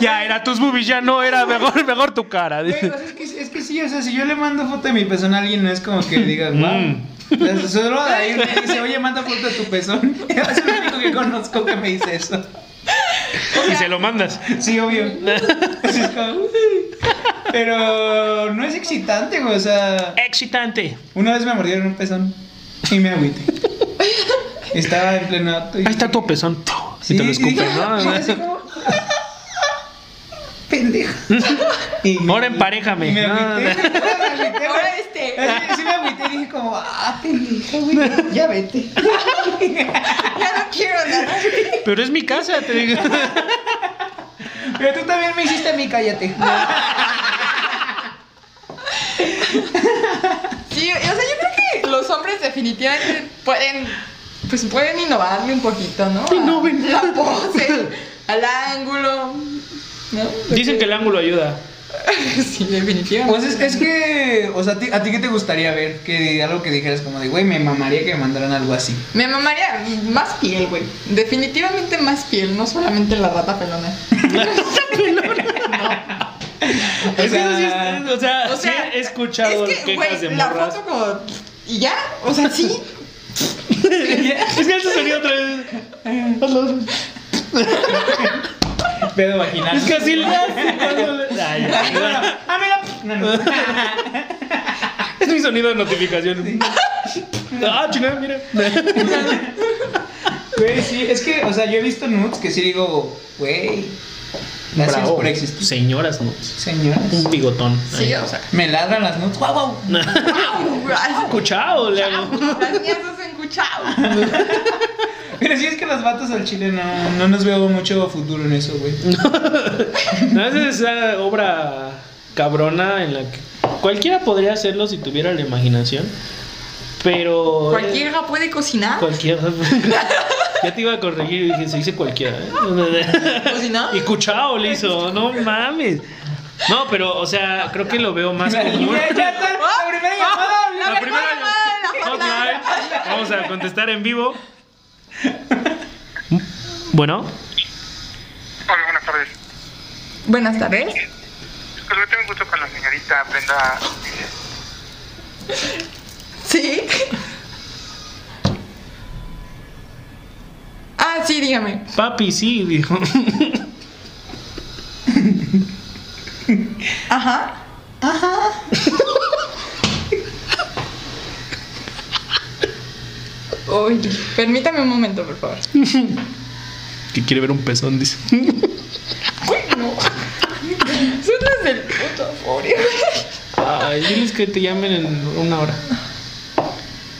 Speaker 1: Ya, era tus boobies, ya no, era mejor, mejor tu cara.
Speaker 2: Güey, o sea, es, que, es que sí, o sea, si yo le mando foto de mi pezón a alguien, no es como que digas, wow. O sea, Solo de ahí me dice, oye, manda foto de tu pezón. Es el único que conozco que me dice eso.
Speaker 1: Y se lo mandas.
Speaker 2: Sí, obvio. Así es como, "Uy". Pero no es excitante, güey. O sea,
Speaker 1: Excitante.
Speaker 2: una vez me mordieron un pezón y me agüité. Estaba en pleno acto. y-
Speaker 1: Ahí está tu pezón.
Speaker 2: Sí,
Speaker 1: Y te lo escupes,
Speaker 2: dije,
Speaker 1: ¿no?
Speaker 2: y así como, Pendeja. Y me-
Speaker 1: Ahora emparejame.
Speaker 2: y me
Speaker 1: No,
Speaker 2: agüité, me agüité,
Speaker 3: Ahora
Speaker 2: güey.
Speaker 3: este.
Speaker 2: Así- Sí me agüité y dije como, ah, pendeja, güey, ya vete.
Speaker 3: Ya no quiero nada.
Speaker 1: Pero es mi casa, te digo.
Speaker 2: Pero tú también me hiciste a mí, cállate.
Speaker 3: Sí, o sea, yo creo que los hombres definitivamente pueden, pues pueden innovarle un poquito, ¿no?
Speaker 1: Innoven.
Speaker 3: A La pose, al ángulo, ¿no?
Speaker 1: Dicen que el ángulo ayuda.
Speaker 3: Sí, definitivamente.
Speaker 2: Pues es, es que, o sea, ¿a ti, a ti qué te gustaría ver? Que algo que dijeras como de, güey, me mamaría que me mandaran algo así.
Speaker 3: Me mamaría más piel, güey. Definitivamente más piel, no solamente la rata pelona.
Speaker 2: O
Speaker 1: Es que eso sí
Speaker 2: sea,
Speaker 1: es- o sea,
Speaker 3: O
Speaker 1: sí
Speaker 3: sea,
Speaker 1: he escuchado
Speaker 3: es que,
Speaker 1: quejas
Speaker 3: güey,
Speaker 1: de
Speaker 3: la
Speaker 1: morras.
Speaker 3: foto como... ¿Y ya? O sea, sí.
Speaker 1: Es que eso sonido otra vez.
Speaker 2: pedo vaginal.
Speaker 1: Es que así le Ay, ay, ay.
Speaker 2: Ah, mira. No, no.
Speaker 1: Es mi sonido de notificación. Ah, chingada, mira.
Speaker 2: Güey, sí, es que, o sea, yo he visto nudes que sí digo, güey, gracias
Speaker 1: Bravo.
Speaker 2: por existir.
Speaker 1: Señoras, no.
Speaker 2: Señoras,
Speaker 1: Un bigotón.
Speaker 3: Sí,
Speaker 1: Ahí.
Speaker 3: o sea.
Speaker 2: me ladran las nudes, guau, guau.
Speaker 1: Escuchado, le hago.
Speaker 3: Las mías hacen cuchao.
Speaker 2: Pero sí es que los vatos al chile no, no nos veo mucho futuro en eso, güey.
Speaker 1: No es esa obra cabrona en la que cualquiera podría hacerlo si tuviera la imaginación. Pero.
Speaker 3: Cualquiera puede cocinar.
Speaker 1: Cualquiera. ya te iba a corregir y dije, se dice cualquiera. ¿eh?
Speaker 2: Pues
Speaker 3: ¿Cocinar?
Speaker 1: Y Cuchao le hizo, no mames. No, pero, o sea, creo que lo veo más
Speaker 2: Ya,
Speaker 1: común.
Speaker 2: ya está, la primera llamada.
Speaker 3: La
Speaker 1: La primera
Speaker 3: primera
Speaker 1: hotline. Vamos a contestar en vivo. Bueno,
Speaker 4: Hola, buenas tardes.
Speaker 3: Buenas tardes.
Speaker 4: Pues me tengo un gusto con la señorita Brenda. Díez.
Speaker 3: Sí. Ah, sí, dígame.
Speaker 1: papi, sí, dijo.
Speaker 3: Ajá. Ajá. Oye, permítame un momento, por favor.
Speaker 1: Que quiere ver un pezón, dice.
Speaker 3: No. Son las del puto aforio.
Speaker 1: Ay, diles que te llamen en una hora.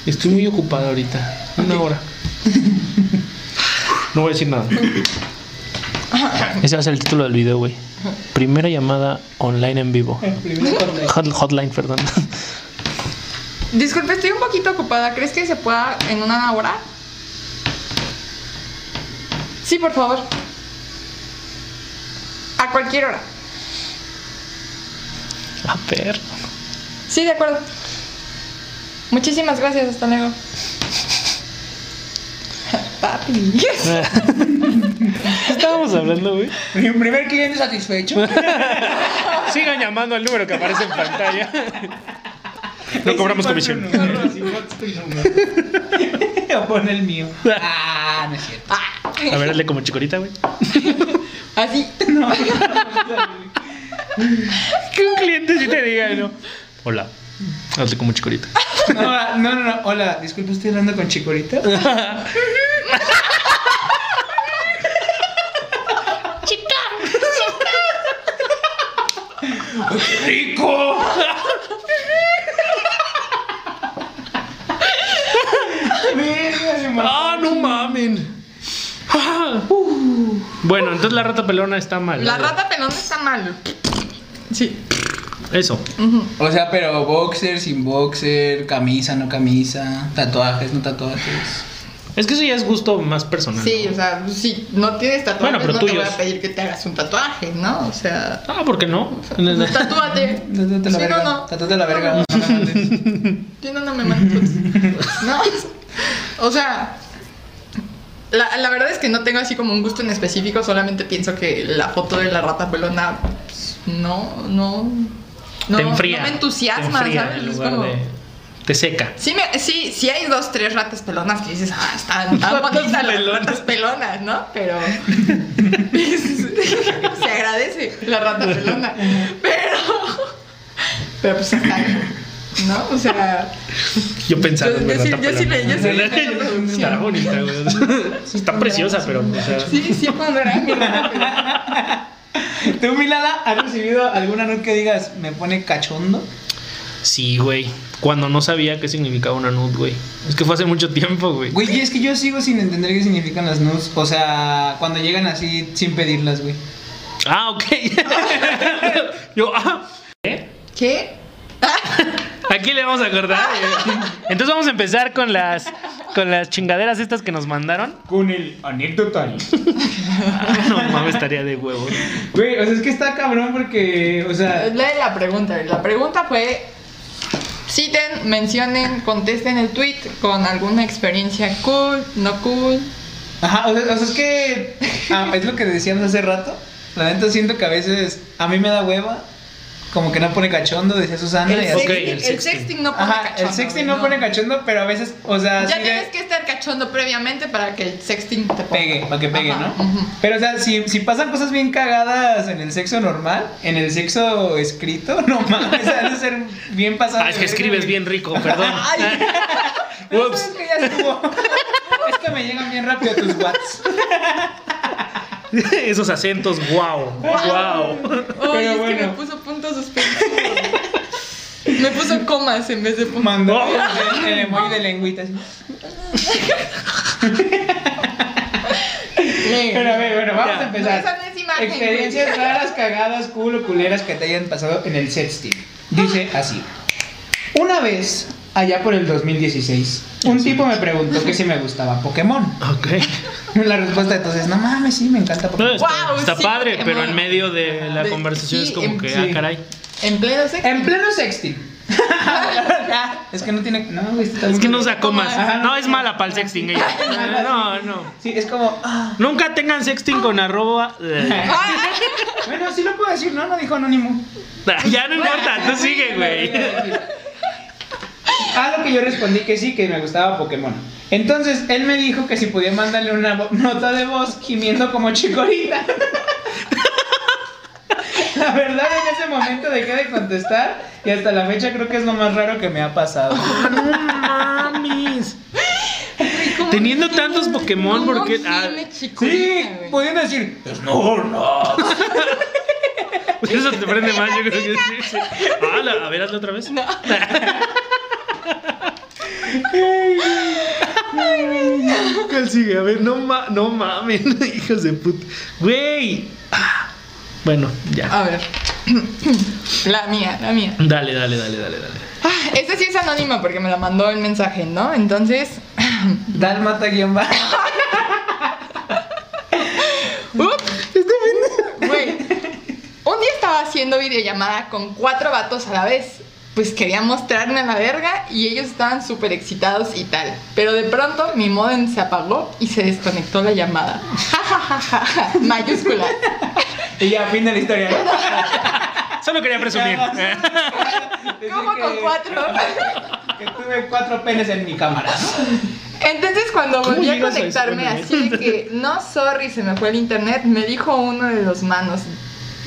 Speaker 1: Estoy muy ocupada ahorita. Una hora. No voy a decir nada. Ese va a ser el título del video, güey. Primera llamada online en vivo.
Speaker 2: Primero con-
Speaker 1: Hot- Hotline, perdón.
Speaker 3: Disculpe, estoy un poquito ocupada. ¿Crees que se pueda en una hora? Sí, por favor. A cualquier hora.
Speaker 1: A ver.
Speaker 3: Sí, de acuerdo. Muchísimas gracias, hasta luego. Papi.
Speaker 1: ¿Qué estábamos hablando, güey?
Speaker 2: Mi primer cliente satisfecho.
Speaker 1: Sigan llamando al número que aparece en pantalla. No cobramos comisión.
Speaker 2: Pon el mío. Ah, no es cierto.
Speaker 1: A ver, hazle como chicorita, güey.
Speaker 3: Así.
Speaker 1: Que un cliente sí te diga, ¿no? Hola. Hazle como chicorita.
Speaker 2: No, no, no, no. Hola, disculpe, estoy hablando con Chicorita. ¡Rico! Verga, se mamó.
Speaker 1: ¡Ah, no mamen! Ah, uh. Bueno, entonces la rata pelona está mal.
Speaker 3: La rata pelona está mal. Sí.
Speaker 1: Eso.
Speaker 3: ujú.
Speaker 2: O sea, pero boxer, sin boxer, camisa, no camisa, tatuajes, no tatuajes.
Speaker 1: Es que eso ya es gusto más personal.
Speaker 3: Sí, o sea, si no tienes tatuajes,
Speaker 1: Bueno, pero
Speaker 3: no te voy
Speaker 1: tuyos.
Speaker 3: a pedir que te hagas un tatuaje, ¿no? O sea,
Speaker 1: Ah, ¿por qué no?
Speaker 3: tatúate.
Speaker 2: Tatúate la
Speaker 3: Sí,
Speaker 2: verga.
Speaker 3: no, no.
Speaker 2: Tatúate la verga. no andes.
Speaker 3: Yo no, no me mandes. No. O sea, la, la verdad es que no tengo así como un gusto en específico, solamente pienso que la foto de la rata pelona pues, no, no, no,
Speaker 1: te enfría.
Speaker 3: no me entusiasma,
Speaker 1: te enfría
Speaker 3: ¿sabes?
Speaker 1: en
Speaker 3: Es
Speaker 1: lugar
Speaker 3: como-
Speaker 1: de- Te seca.
Speaker 3: Sí, me- sí, sí hay dos, tres ratas pelonas que dices, ah, están tan bonitas las
Speaker 1: pelonas.
Speaker 3: ratas pelonas, ¿no? Pero se agradece la rata pelona. Pero, pero pues está, ¿no? O sea,
Speaker 1: Yo pensaba.
Speaker 3: Yo- yo
Speaker 1: güey,
Speaker 3: sí-
Speaker 1: rata
Speaker 3: yo sí
Speaker 1: pelona.
Speaker 3: le- yo sí le-
Speaker 1: Está bonita, güey. Está preciosa, pero. o sea,
Speaker 3: sí, sí pondrá mi rata pelona.
Speaker 2: ¿Tú, Milada, has recibido alguna nota que digas me pone cachondo?
Speaker 1: Sí, güey. Cuando no sabía qué significaba una nud, güey. Es que fue hace mucho tiempo, güey.
Speaker 2: Güey, y es que yo sigo sin entender qué significan las nudes. O sea, cuando llegan así sin pedirlas, güey.
Speaker 1: Ah, ok. Yo, ah. ¿eh?
Speaker 3: ¿Qué?
Speaker 1: Aquí le vamos a acordar. Entonces vamos a empezar con las con las chingaderas estas que nos mandaron.
Speaker 2: Con el anecdotario.
Speaker 1: Ah, no mames, estaría de huevos.
Speaker 2: Güey, o sea, es que está cabrón porque, o sea,
Speaker 3: Lee la pregunta. La pregunta fue: citen, mencionen, contesten el tweet con alguna experiencia cool, no cool.
Speaker 2: ajá, o sea, o sea, es que ah, es lo que decíamos hace rato. La neta siento que a veces a mí me da hueva, como que no pone cachondo, decía Susana. y
Speaker 3: El,
Speaker 1: Ok,
Speaker 2: así.
Speaker 3: sexting,
Speaker 1: el
Speaker 3: el
Speaker 1: sexting.
Speaker 3: sexting no pone
Speaker 2: Ajá,
Speaker 3: cachondo.
Speaker 2: el sexting
Speaker 3: güey,
Speaker 2: no pone cachondo, pero a veces, o sea,
Speaker 3: Ya
Speaker 2: sí de-
Speaker 3: tienes que estar cachondo previamente para que el sexting te ponga.
Speaker 2: pegue, para que pegue,
Speaker 3: Ajá,
Speaker 2: ¿no?
Speaker 3: ujú.
Speaker 2: Pero, o sea, si, si pasan cosas bien cagadas en el sexo normal, en el sexo escrito, no mames, ha de ser bien pasado.
Speaker 1: Ah, es que
Speaker 2: de
Speaker 1: escribes
Speaker 2: verga,
Speaker 1: bien rico, perdón.
Speaker 2: Ay. güey. No,
Speaker 1: Ups.
Speaker 2: sabes que ya estuvo. es que me llegan bien rápido tus whats.
Speaker 1: Esos acentos, wow. Wow.
Speaker 3: Ay,
Speaker 2: Pero
Speaker 3: es que
Speaker 2: bueno.
Speaker 3: me puso puntos suspensivos. me puso comas en vez de puntos.
Speaker 2: Mandó el, el emoji de lengüita. así. Pero a ver, bueno, vamos
Speaker 1: Ya.
Speaker 2: a empezar.
Speaker 3: No, esa no es imagen,
Speaker 2: Experiencias
Speaker 3: güey.
Speaker 2: raras, cagadas, culo, culeras que te hayan pasado en el sexting. Dice así. Una vez, allá por el 2016, un tipo me preguntó que si me gustaba Pokémon.
Speaker 1: Ok.
Speaker 2: La respuesta entonces, no mames, sí, me encanta
Speaker 1: No,
Speaker 2: Pokémon.
Speaker 1: está
Speaker 3: Wow,
Speaker 1: está
Speaker 3: sí,
Speaker 1: padre,
Speaker 3: Pokémon.
Speaker 1: pero en medio de la
Speaker 3: De-
Speaker 1: conversación
Speaker 3: sí,
Speaker 1: es como
Speaker 3: en-
Speaker 1: que,
Speaker 2: sí.
Speaker 1: ah, caray.
Speaker 3: En pleno sexting.
Speaker 2: En pleno sexting. es que no tiene... No, güey, está
Speaker 1: Es
Speaker 2: bien.
Speaker 1: que no saco
Speaker 2: Ajá,
Speaker 1: más.
Speaker 2: no.
Speaker 1: No, es mala para el sexting ella. No, no.
Speaker 2: Sí, es como... ah.
Speaker 1: Nunca tengan sexting con arroba. eh.
Speaker 2: Bueno, sí lo puedo decir, ¿no? No dijo anónimo.
Speaker 1: Ya no importa, tú sigue, güey.
Speaker 2: A lo que yo respondí que sí, que me gustaba Pokémon. Entonces él me dijo que si podía mandarle una vo- nota de voz gimiendo como chicorita. La verdad, en ese momento dejé de contestar y hasta la fecha creo que es lo más raro que me ha pasado.
Speaker 1: No mames.
Speaker 3: ¿Cómo
Speaker 1: Teniendo
Speaker 3: que
Speaker 1: tantos
Speaker 3: sí?
Speaker 1: Pokémon,
Speaker 3: ¿Cómo
Speaker 1: porque-
Speaker 3: sí,
Speaker 1: ah, pues.
Speaker 3: me chicorita,
Speaker 2: Sí,
Speaker 3: güey?
Speaker 2: pudiendo decir, no, no.
Speaker 1: Eso te prende más, yo creo que sí. Ah, la- a ver, hazlo otra vez.
Speaker 3: No.
Speaker 1: ¿Cuál sigue? A ver, no, ma no mames, hijos de puta. Güey. Ah, Bueno, ya.
Speaker 3: A ver. La mía, la mía.
Speaker 1: Dale, dale, dale, dale, dale.
Speaker 3: Ah, Esta sí es anónima porque me la mandó el mensaje, ¿no? Entonces,
Speaker 2: Dalmata guión bajo.
Speaker 3: ¡up! Güey, un día estaba así haciendo videollamada con cuatro vatos a la vez. Pues quería mostrarme a la verga y ellos estaban súper excitados y tal. Pero de pronto mi modem se apagó y se desconectó la llamada. Ja, ja, ja, ja, ja. Mayúscula.
Speaker 2: Y ya, fin de la historia.
Speaker 1: Solo quería presumir.
Speaker 2: Decir
Speaker 3: ¿Cómo con
Speaker 2: que-
Speaker 3: cuatro?
Speaker 2: Que tuve cuatro penes en mi cámara.
Speaker 3: Entonces cuando
Speaker 1: ¿Cómo
Speaker 3: volví a
Speaker 1: llegas a eso,
Speaker 3: conectarme
Speaker 1: Manuel?
Speaker 3: así de que no sorry se me fue el internet, me dijo uno de los manos,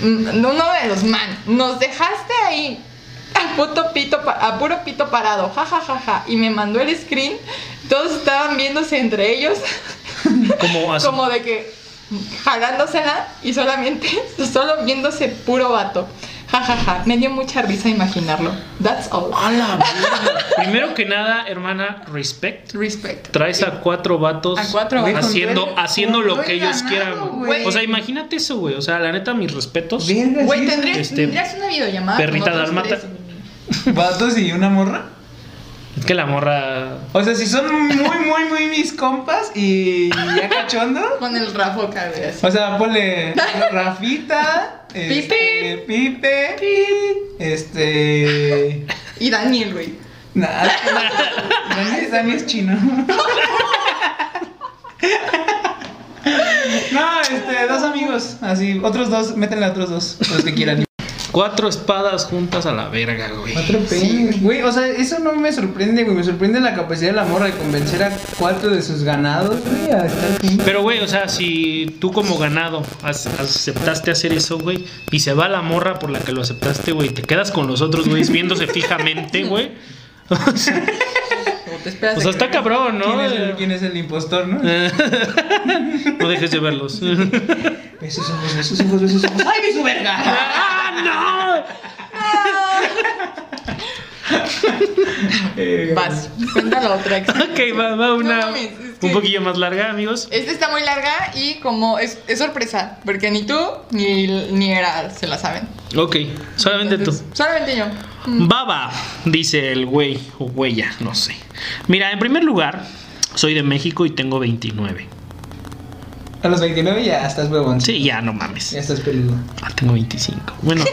Speaker 3: mm, uno de los man, nos dejaste ahí a puto pito pa- a puro pito parado, jajajaja, y me mandó el screen, todos estaban viéndose entre ellos
Speaker 1: Como así.
Speaker 3: como de que jalándosela y solamente solo viéndose puro vato. Jajaja, me dio mucha risa imaginarlo. That's all.
Speaker 1: A la verga. Primero que nada, hermana, respect.
Speaker 3: Respect.
Speaker 1: Traes a cuatro vatos
Speaker 3: A cuatro vatos.
Speaker 1: haciendo,
Speaker 2: Güey,
Speaker 1: haciendo lo
Speaker 2: güey,
Speaker 1: que ellos
Speaker 2: ganado,
Speaker 1: quieran. güey.
Speaker 3: güey.
Speaker 1: O sea, imagínate eso, güey. O sea, la neta, mis respetos.
Speaker 2: Verga,
Speaker 3: Güey,
Speaker 2: sí,
Speaker 3: tendrías,
Speaker 1: Este,
Speaker 3: tendrías una videollamada.
Speaker 1: perrita
Speaker 3: con otros
Speaker 1: dálmata.
Speaker 3: tres.
Speaker 2: ¿Vatos y una morra?
Speaker 1: Es que la morra.
Speaker 2: O sea, si son muy, muy, muy mis compas y ya cachondo.
Speaker 3: Con el Rafa Cabrera.
Speaker 2: O sea, ponle Rafita, este, Pipe, este.
Speaker 3: Y Daniel, güey.
Speaker 2: Nah, Dani, es- Dani es chino. No, este, dos amigos, así, otros dos, métanle a otros dos, los que quieran.
Speaker 1: Cuatro espadas juntas a la verga, güey.
Speaker 2: Cuatro penes. Güey, o sea, eso no me sorprende, güey. Me sorprende la capacidad de la morra de convencer a cuatro de sus ganados, güey, a estar juntos.
Speaker 1: Pero, güey, o sea, si tú como ganado as- aceptaste hacer eso, güey, y se va la morra por la que lo aceptaste, güey, te quedas con los otros, güey, viéndose fijamente, güey. O sea,
Speaker 3: O te esperas.
Speaker 1: o sea,
Speaker 3: a que-
Speaker 1: Pues está cabrón, ¿no? Eh.
Speaker 2: ¿Quién, es el, quién es el impostor, no?
Speaker 1: No dejes de verlos.
Speaker 2: Ve sus ojos, ve sus ojos, ve sus ojos. ¡Ay, vi su verga!
Speaker 1: ¡Ah,
Speaker 2: Eh,
Speaker 3: Vas, cuenta la otra.
Speaker 1: no! Ok, va, va una.
Speaker 3: No mames, es que-
Speaker 1: Un poquillo más larga, amigos.
Speaker 3: Esta está muy larga y como es, es sorpresa, porque ni tú ni, ni era se la saben.
Speaker 1: Ok, solamente tú.
Speaker 3: Entonces, Solamente yo. Mm.
Speaker 1: Baba, dice el güey o huella, no sé. Mira, en primer lugar, soy de México y tengo 29.
Speaker 2: A los 29 ya estás huevón.
Speaker 1: Sí, ya no mames.
Speaker 2: Ya estás peludo.
Speaker 1: Ah, tengo 25. Bueno,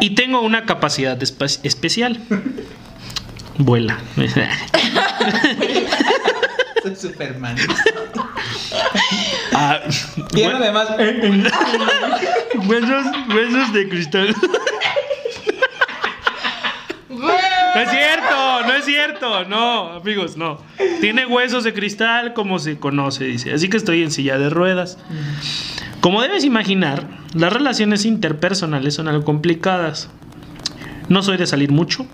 Speaker 1: y tengo una capacidad espe- especial. Vuela.
Speaker 2: Soy Superman.
Speaker 1: Ah,
Speaker 2: Y uno
Speaker 1: hue-
Speaker 2: además.
Speaker 1: huesos, huesos de cristal. No es cierto, no es cierto, no, amigos, no. Tiene huesos de cristal como se conoce, dice. Así que estoy en silla de ruedas. Como debes imaginar, las relaciones interpersonales son algo complicadas. No soy de salir mucho,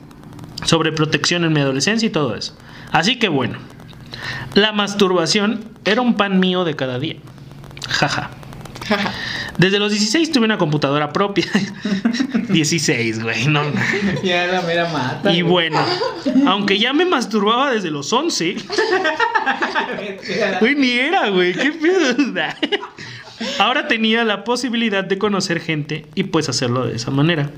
Speaker 1: sobre protección en mi adolescencia y todo eso. Así que bueno, la masturbación era un pan mío de cada día. Jaja. Desde los 16 tuve una computadora propia. 16, güey, no.
Speaker 2: Ya la mera mata.
Speaker 1: Y
Speaker 2: güey.
Speaker 1: bueno, aunque ya me masturbaba desde los 11, güey, ni era, güey, qué pedo. Ahora tenía la posibilidad de conocer gente y pues hacerlo de esa manera.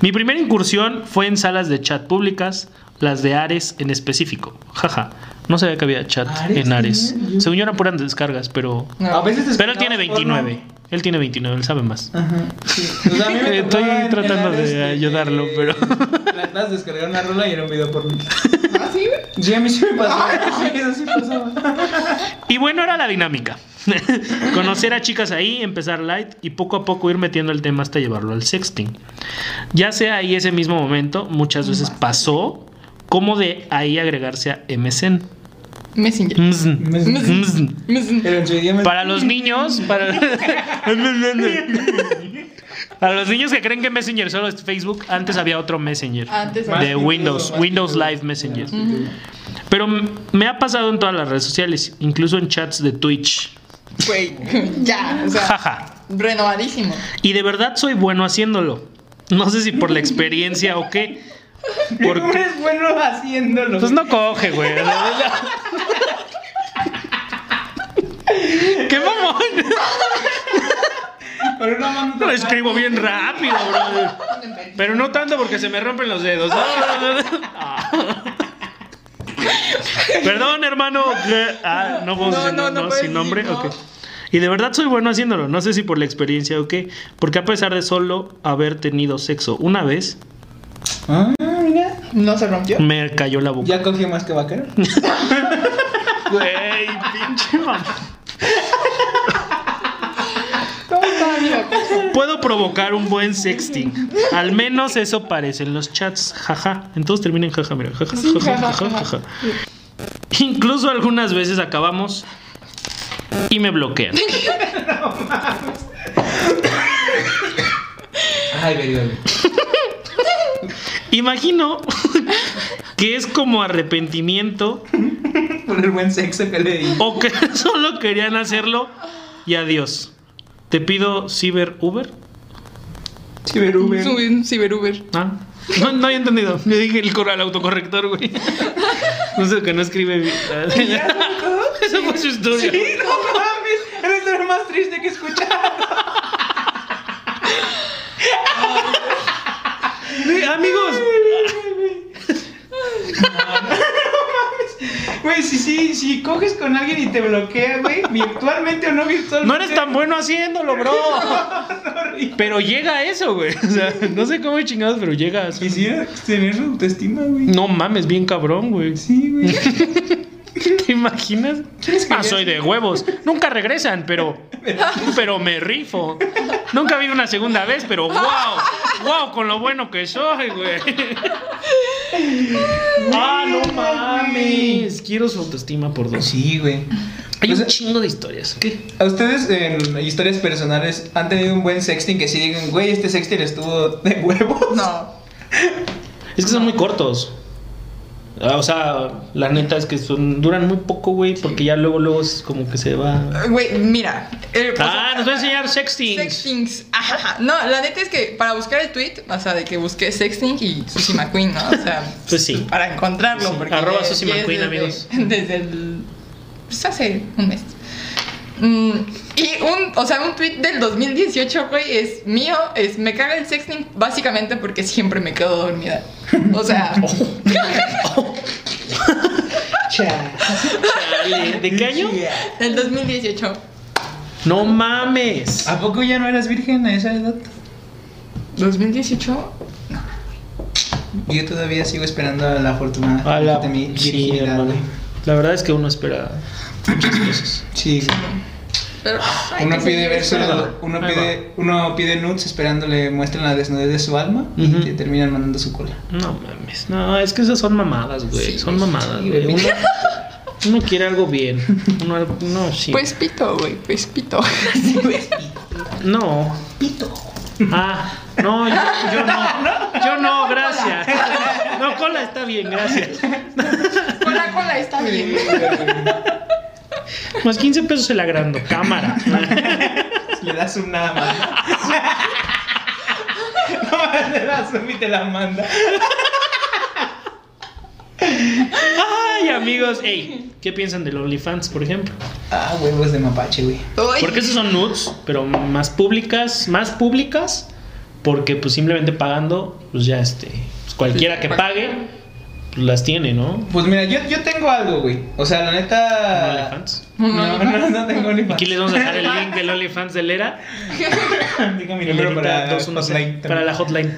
Speaker 1: Mi primera incursión fue en salas de chat públicas, las de Ares en específico. Jaja, no sabía que había chat
Speaker 2: ¿Ares
Speaker 1: en Ares.
Speaker 2: tenía? Yo-
Speaker 1: Según yo eran puras descargas, pero...
Speaker 3: Ah,
Speaker 2: A veces te
Speaker 1: Pero él tiene
Speaker 2: esperabas porno.
Speaker 1: 29. Él tiene 29, él sabe más.
Speaker 2: Ajá. Sí. O sea, a mí me
Speaker 1: Estoy
Speaker 2: tocó en-
Speaker 1: tratando
Speaker 2: en la
Speaker 1: de ayudarlo,
Speaker 2: que
Speaker 1: pero-
Speaker 2: Tratas de descargar una rola y era un video por mí.
Speaker 3: ¿Ah, sí, güey?
Speaker 2: Sí, a mí sí me pasó. Sí, eso sí pasó.
Speaker 1: Y bueno, era la dinámica. Conocer a chicas ahí, empezar light y poco a poco ir metiendo el tema hasta llevarlo al sexting. Ya sea ahí ese mismo momento, muchas veces pasó, como de ahí agregarse a MSN.
Speaker 3: Messenger.
Speaker 1: MSN. MSN.
Speaker 3: Messenger.
Speaker 2: Pero en su idioma.
Speaker 1: Para los niños, para... Para los niños que creen que Messenger solo es Facebook, antes había otro Messenger.
Speaker 3: Antes
Speaker 2: Más
Speaker 1: De
Speaker 2: título,
Speaker 1: Windows,
Speaker 2: más
Speaker 1: Windows
Speaker 2: título.
Speaker 1: Live Messenger.
Speaker 2: Más título.
Speaker 1: Pero m- me ha pasado en todas las redes sociales, incluso en chats de Twitch.
Speaker 3: Güey, ya, o sea,
Speaker 1: Jaja.
Speaker 3: renovadísimo.
Speaker 1: Y de verdad soy bueno haciéndolo. No sé si por la experiencia o qué.
Speaker 2: ¿Cómo
Speaker 1: Porque,
Speaker 2: eres bueno haciéndolo?
Speaker 1: pues no coge, güey. O sea, ya. ¡Qué mamón!
Speaker 2: Pero una mano
Speaker 1: Lo
Speaker 2: tocada.
Speaker 1: escribo bien rápido, bro. Pero no tanto porque se me rompen los dedos. Ah. Perdón, hermano. Ah, no puedo
Speaker 3: No,
Speaker 1: decir
Speaker 3: no, no
Speaker 1: no,
Speaker 3: puedes
Speaker 1: sin nombre.
Speaker 3: decir, no.
Speaker 1: ok. Y de verdad soy bueno haciéndolo. No sé si por la experiencia o qué. Porque a pesar de solo haber tenido sexo una vez,
Speaker 2: Ah, mira.
Speaker 3: ¿No se rompió?
Speaker 1: me cayó la boca.
Speaker 2: Ya cogió más que vaquero.
Speaker 1: Güey, pinche mamá.
Speaker 3: ¿Cómo está, amigo?
Speaker 1: Puedo provocar un buen sexting. Al menos eso parece en los chats. Jaja. Entonces terminen jaja, mira. Jaja,
Speaker 3: Sí,
Speaker 1: jaja,
Speaker 3: jaja,
Speaker 1: jaja,
Speaker 3: jaja.
Speaker 1: jaja. Incluso algunas veces acabamos y me bloquean.
Speaker 2: Ay, baby.
Speaker 1: Imagino que es como arrepentimiento
Speaker 2: Por el buen sexo que le di.
Speaker 1: o que solo querían hacerlo y adiós. Te pido Cyber Uber.
Speaker 2: Ciber Uber.
Speaker 3: Sube un ciberuber.
Speaker 1: Ah, no, no había entendido. Le dije el cor al autocorrector, güey. No sé que no escribe bien.
Speaker 2: ¿Ya, loco?
Speaker 1: Esa fue su historia.
Speaker 2: Sí, no mames. Eres lo más triste que he escuchado.
Speaker 1: Güey, Amigos,
Speaker 2: Güey, si, si, si coges con alguien y te bloquea, güey, virtualmente o no virtualmente.
Speaker 1: no eres tan bueno haciéndolo, bro. Pero llega a eso, güey. O sea, no sé cómo chingados, pero llega a eso.
Speaker 2: Quisiera tener su autoestima, güey.
Speaker 1: No mames, bien cabrón, güey.
Speaker 2: Sí, güey.
Speaker 1: ¿Te imaginas?
Speaker 2: ¿Quieres que
Speaker 1: Ah,
Speaker 2: yo-
Speaker 1: soy de huevos. Nunca regresan, pero. Pero me rifo. Nunca vi una segunda vez, pero wow. Wow, con lo bueno que soy, güey. Ah, no mames. Quiero su autoestima por dos.
Speaker 2: Sí, güey.
Speaker 1: Hay
Speaker 2: O
Speaker 1: un
Speaker 2: sea,
Speaker 1: chingo de historias. ¿Qué?
Speaker 2: ¿A ustedes en historias personales han tenido un buen sexting que sí digan, güey, este sexting estuvo de huevos?
Speaker 3: No.
Speaker 1: Es que son muy cortos. Ah, O sea, la neta es que son, duran muy poco, güey, porque ya luego, luego es como que se va.
Speaker 3: Güey, mira. el- o sea,
Speaker 1: Ah, nos va a enseñar sexting.
Speaker 3: Sextings. Ajá, ajá. No, la neta es que para buscar el tweet, o sea, de que busqué sexting y Sushi McQueen, ¿no? O sea,
Speaker 1: Pues sí.
Speaker 3: para encontrarlo.
Speaker 1: Sí,
Speaker 3: porque
Speaker 1: arroba
Speaker 3: ya-
Speaker 1: Sushi
Speaker 3: ya es
Speaker 1: McQueen,
Speaker 3: desde-
Speaker 1: amigos.
Speaker 3: Desde el. Pues hace un mes. Mm, y un, o sea, un tweet del 2018, güey, es mío, es me caga el sexting básicamente porque siempre me quedo dormida. O sea,
Speaker 1: Oh. Chale, ¿De qué año?
Speaker 3: del 2018.
Speaker 1: No mames.
Speaker 2: ¿A poco ya no eras virgen a esa edad?
Speaker 3: ¿2018?
Speaker 2: Yo todavía sigo esperando a la fortuna
Speaker 1: A la,
Speaker 2: de mi
Speaker 1: sí,
Speaker 2: virginidad,
Speaker 1: hermano.
Speaker 2: güey.
Speaker 1: la verdad es que uno espera muchas cosas.
Speaker 2: Sí, güey.
Speaker 3: Pero, ay,
Speaker 2: Uno
Speaker 3: que
Speaker 2: pide
Speaker 3: sí,
Speaker 2: ver su-
Speaker 1: Ahí
Speaker 2: uno
Speaker 1: va.
Speaker 2: pide, uno pide nudes esperándole muestren la desnudez de su alma
Speaker 1: Ujú.
Speaker 2: y te terminan mandando su cola.
Speaker 1: No mames. No, es que esas son mamadas, güey.
Speaker 3: Sí,
Speaker 1: son mamadas,
Speaker 2: sí,
Speaker 1: güey.
Speaker 2: güey.
Speaker 1: Uno, uno quiere algo bien. Uno, al- no, sí.
Speaker 3: Pues pito, güey, pues pito.
Speaker 2: pues
Speaker 1: no.
Speaker 2: Pito.
Speaker 1: Ah, no, yo, yo no. Yo no, gracias. No, cola está bien, gracias.
Speaker 3: Con la cola está bien.
Speaker 1: Más 15 pesos el agrando. Cámara.
Speaker 2: Le das un nada más. No, le das un y te la manda.
Speaker 1: Ay, amigos. Ey, ¿qué piensan del OnlyFans, por ejemplo?
Speaker 2: Ah, huevos de mapache, güey.
Speaker 3: Ay.
Speaker 1: Porque esos son nudes, pero más públicas, más públicas, porque pues simplemente pagando, pues ya este, pues, cualquiera que pague, pues las tiene, ¿no?
Speaker 2: Pues mira, yo, yo tengo algo, güey. O sea, la neta.
Speaker 1: OnlyFans.
Speaker 2: No, no, no tengo OnlyFans.
Speaker 1: Aquí les vamos a dejar el link del OnlyFans de Lera.
Speaker 2: Diga mi
Speaker 1: y
Speaker 2: número
Speaker 1: Lerita
Speaker 2: para,
Speaker 1: 216,
Speaker 2: hotline
Speaker 1: para la hotline.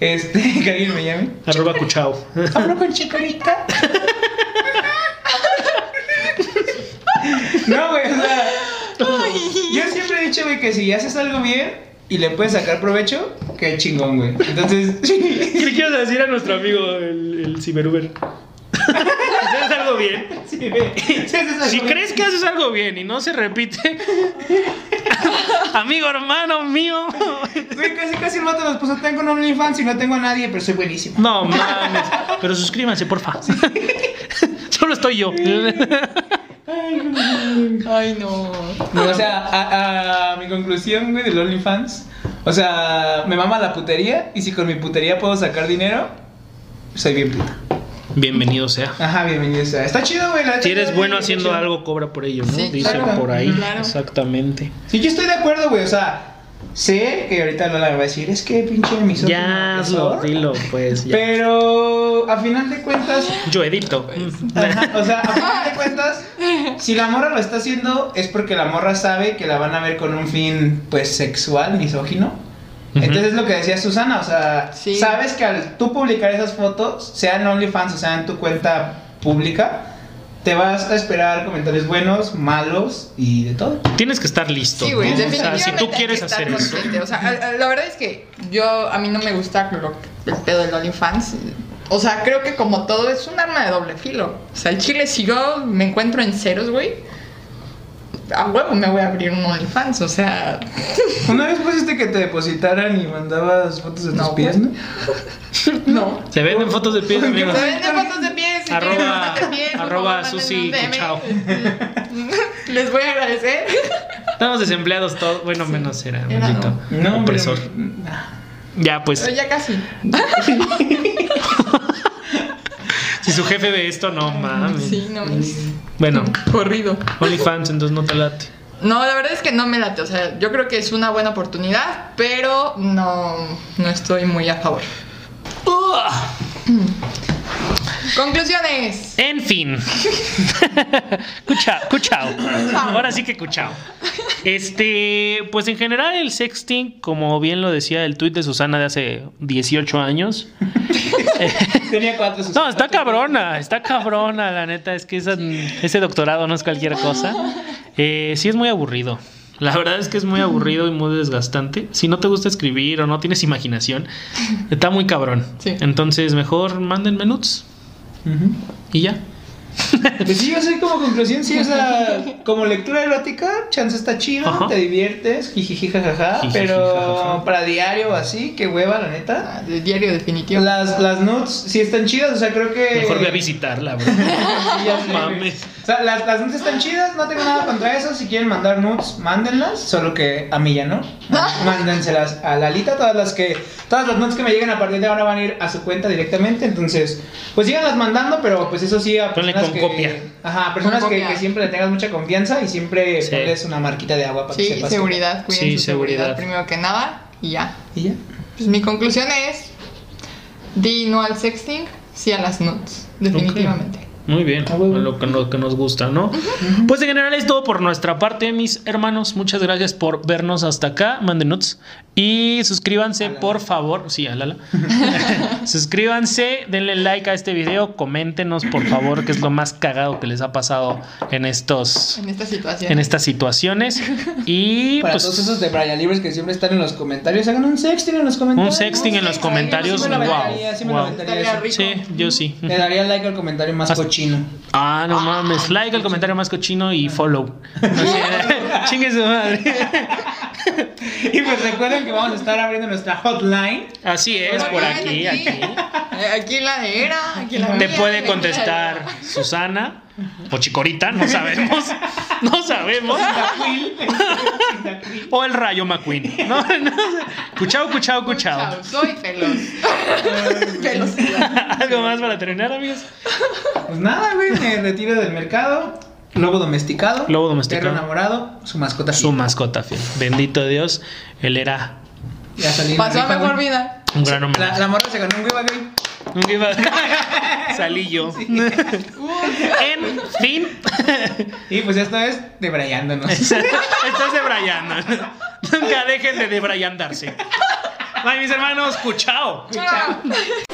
Speaker 2: Este, que alguien me llame.
Speaker 1: Arroba cuchao.
Speaker 2: Hablo con Chicorita. no, güey, o sea. Yo siempre he dicho, güey, que si haces algo bien y le puedes sacar provecho, qué chingón, güey. Entonces, sí.
Speaker 1: ¿Qué le quieres decir a nuestro amigo, el, el ciberuber? Si haces algo bien.
Speaker 2: sí, güey. Si haces algo
Speaker 1: Si
Speaker 2: bien-
Speaker 1: crees que haces algo bien y no se repite, amigo, hermano mío.
Speaker 2: Güey, casi, casi el vato nos puso, tengo un OnlyFans y no tengo a nadie, pero soy buenísimo.
Speaker 1: No mames. Pero suscríbanse, porfa. Solo estoy yo.
Speaker 3: Ay, no.
Speaker 2: No, o sea, a, a mi conclusión, güey, del OnlyFans. O sea, me mama la putería y si con mi putería puedo sacar dinero, soy bien puta.
Speaker 1: Bienvenido sea.
Speaker 2: Ajá, bienvenido sea. Está chido, güey. la neta,
Speaker 1: Si eres
Speaker 2: güey,
Speaker 1: bueno
Speaker 2: está
Speaker 1: haciendo
Speaker 2: chido.
Speaker 1: algo, cobra por ello, ¿no?
Speaker 3: Sí,
Speaker 1: Dicen
Speaker 2: claro,
Speaker 1: por ahí.
Speaker 3: claro.
Speaker 1: Exactamente.
Speaker 2: Sí, yo estoy de acuerdo, güey. O sea, Sé que ahorita Lola me va a decir, es que pinche emisor.
Speaker 1: Ya hazlo, dilo, pues. ya.
Speaker 2: Pero a final de cuentas,
Speaker 1: Yo edito.
Speaker 2: ajá, o sea, a final de cuentas, si la morra lo está haciendo es porque la morra sabe que la van a ver con un fin, pues, sexual, misógino.
Speaker 1: Ujú.
Speaker 2: Entonces es lo que decía Susana, o sea,
Speaker 3: Sí.
Speaker 2: sabes que al tú publicar esas fotos, sea en OnlyFans o sea en tu cuenta pública, te vas a esperar comentarios buenos, malos y de todo.
Speaker 1: Tienes que estar listo.
Speaker 3: Sí, güey,
Speaker 1: ¿no? O sea,
Speaker 3: definitivamente.
Speaker 1: si tú
Speaker 3: hay que
Speaker 1: quieres
Speaker 3: estar
Speaker 1: hacer eso.
Speaker 3: consciente. O sea, a- a- la verdad es que yo, a mí no me gusta lo- el pedo del OnlyFans. O sea, creo que como todo es un arma de doble filo. O sea, el chile, si yo me encuentro en ceros, güey, a huevo me voy a abrir un OnlyFans. O sea,
Speaker 2: Una vez pusiste que te depositaran y mandabas fotos de tus
Speaker 3: No,
Speaker 2: pies,
Speaker 3: güey.
Speaker 2: ¿no?
Speaker 3: no.
Speaker 1: Se venden fotos de pies,
Speaker 2: ¿Por qué
Speaker 1: amigos.
Speaker 3: Se venden fotos de pies. si
Speaker 1: Arroba-
Speaker 3: quieren fotos de pies, por
Speaker 1: arroba
Speaker 3: favor,
Speaker 1: Susi
Speaker 3: mándenme un DM.
Speaker 1: Cuchao.
Speaker 3: Les voy a agradecer.
Speaker 1: Estamos desempleados todos. Bueno, menos era,
Speaker 3: Era,
Speaker 1: maldito.
Speaker 2: No, hombre,
Speaker 1: opresor.
Speaker 2: nah.
Speaker 1: Ya,
Speaker 3: Pero
Speaker 1: pues,
Speaker 3: ya casi.
Speaker 1: si su jefe ve esto, no mames.
Speaker 3: Sí, no es.
Speaker 1: Bueno,
Speaker 3: Corrido.
Speaker 1: OnlyFans, entonces no te late.
Speaker 3: No, la verdad es que no me late. O sea, yo creo que es una buena oportunidad, pero no, no estoy muy a favor. Conclusiones.
Speaker 1: En fin. cuchao, cuchao. Ahora sí que cuchao. Este, pues en general el sexting, como bien lo decía el tuit de Susana de hace 18 años.
Speaker 2: Tenía cuatro
Speaker 1: No, está cabrona, está cabrona, la neta, es que esa- ese doctorado no es cualquier cosa. Eh, sí es muy aburrido. La verdad es que es muy aburrido y muy desgastante. Si no te gusta escribir o no tienes imaginación, está muy cabrón.
Speaker 3: Sí.
Speaker 1: Entonces, mejor mándenme nudes
Speaker 2: Ujú.
Speaker 1: y ya.
Speaker 2: Pues sí, yo soy como conclusión, sí, o sea, como lectura erótica, chance está chido,
Speaker 1: Ajá.
Speaker 2: te diviertes, jijiji, jajaja,
Speaker 1: Jijiji,
Speaker 2: pero
Speaker 1: jajaja.
Speaker 2: para diario así, que hueva, la neta.
Speaker 3: Ah, del diario definitivo.
Speaker 2: Las, las nudes sí están chidas, o sea, creo que...
Speaker 1: Mejor ve a visitarla, bro.
Speaker 2: Sí, ya sé,
Speaker 1: No
Speaker 2: güey.
Speaker 1: mames.
Speaker 2: O sea, las, las nudes están chidas, no tengo nada contra eso, si quieren mandar nudes, mándenlas, solo que a mí ya no. Mándenselas a Lalita, todas las que todas las nudes que me lleguen a partir de ahora van a ir a su cuenta directamente, entonces, pues síganlas mandando, pero pues eso sí a
Speaker 1: Ponle
Speaker 2: personas
Speaker 1: con
Speaker 2: que
Speaker 1: copia.
Speaker 2: Ajá, personas
Speaker 3: Con
Speaker 2: que,
Speaker 3: copia.
Speaker 2: que siempre le tengas mucha confianza y siempre
Speaker 1: Sí.
Speaker 2: ponles una marquita de agua para que
Speaker 3: sí,
Speaker 2: sepas. que-
Speaker 3: seguridad. Cuiden
Speaker 1: Sí,
Speaker 3: su seguridad.
Speaker 1: seguridad.
Speaker 3: primero que nada y ya.
Speaker 2: Y ya.
Speaker 3: Pues mi conclusión es: di no al sexting, sí a las nudes. Definitivamente.
Speaker 1: Muy bien,
Speaker 2: Ah, bueno.
Speaker 1: lo que, lo que nos gusta, ¿no? Pues en general es todo por nuestra parte, mis hermanos. Muchas gracias por vernos hasta acá. Manden nuts. Y suscríbanse,
Speaker 2: Alala.
Speaker 1: por favor. Sí, alala. suscríbanse, denle like a este video, coméntenos, por favor, qué es lo más cagado que les ha pasado en estos.
Speaker 3: En esta situación.
Speaker 1: En estas situaciones. Y
Speaker 2: Para
Speaker 1: pues.
Speaker 2: todos esos de Brian Libres que siempre están en los comentarios, hagan un sexting en los comentarios.
Speaker 1: sexting en los
Speaker 2: Sí,
Speaker 1: comentarios,
Speaker 2: sí me lo
Speaker 1: wow,
Speaker 2: aventaría, sí me lo
Speaker 1: wow.
Speaker 2: aventaría
Speaker 3: Estaría
Speaker 2: eso.
Speaker 3: rico.
Speaker 1: Sí, yo sí.
Speaker 2: Le daría like al comentario más
Speaker 1: Más-
Speaker 2: cochino.
Speaker 1: Ah, no mames. Like el comentario más cochino y follow. Chingue su madre.
Speaker 2: Y pues recuerden que vamos a estar abriendo nuestra hotline.
Speaker 1: Así es,
Speaker 3: Hola,
Speaker 1: por
Speaker 3: ven
Speaker 1: aquí,
Speaker 3: aquí.
Speaker 1: aquí.
Speaker 3: Eh, Aquí la de Era, aquí la
Speaker 1: Te
Speaker 3: mía,
Speaker 1: puede
Speaker 3: aquí
Speaker 1: contestar
Speaker 3: la de-
Speaker 1: Susana o Chicorita, no sabemos. No sabemos. O el Rayo McQueen. No, no sé. Cuchao, cuchao, cuchao.
Speaker 3: Chao, soy pelos. Velocidad.
Speaker 1: Algo más para terminar, amigos.
Speaker 2: Pues nada, güey, me retiro del mercado. Lobo domesticado.
Speaker 1: Lobo domesticado.
Speaker 2: Perro enamorado, su mascota.
Speaker 1: Su mascota fiel. Bendito Dios. Él era
Speaker 2: Ya salí.
Speaker 3: Pasó a
Speaker 2: rifa,
Speaker 3: mejor
Speaker 2: güey.
Speaker 3: vida.
Speaker 1: un gran hombre.
Speaker 2: La, la morra se ganó un giveaway.
Speaker 1: Nunca iba a- Salí yo. En fin.
Speaker 2: Y pues esto es debrayándonos.
Speaker 1: Estás debrayando. Nunca dejen de debrayandarse. Bye, mis hermanos. Cuchao.
Speaker 3: Chao.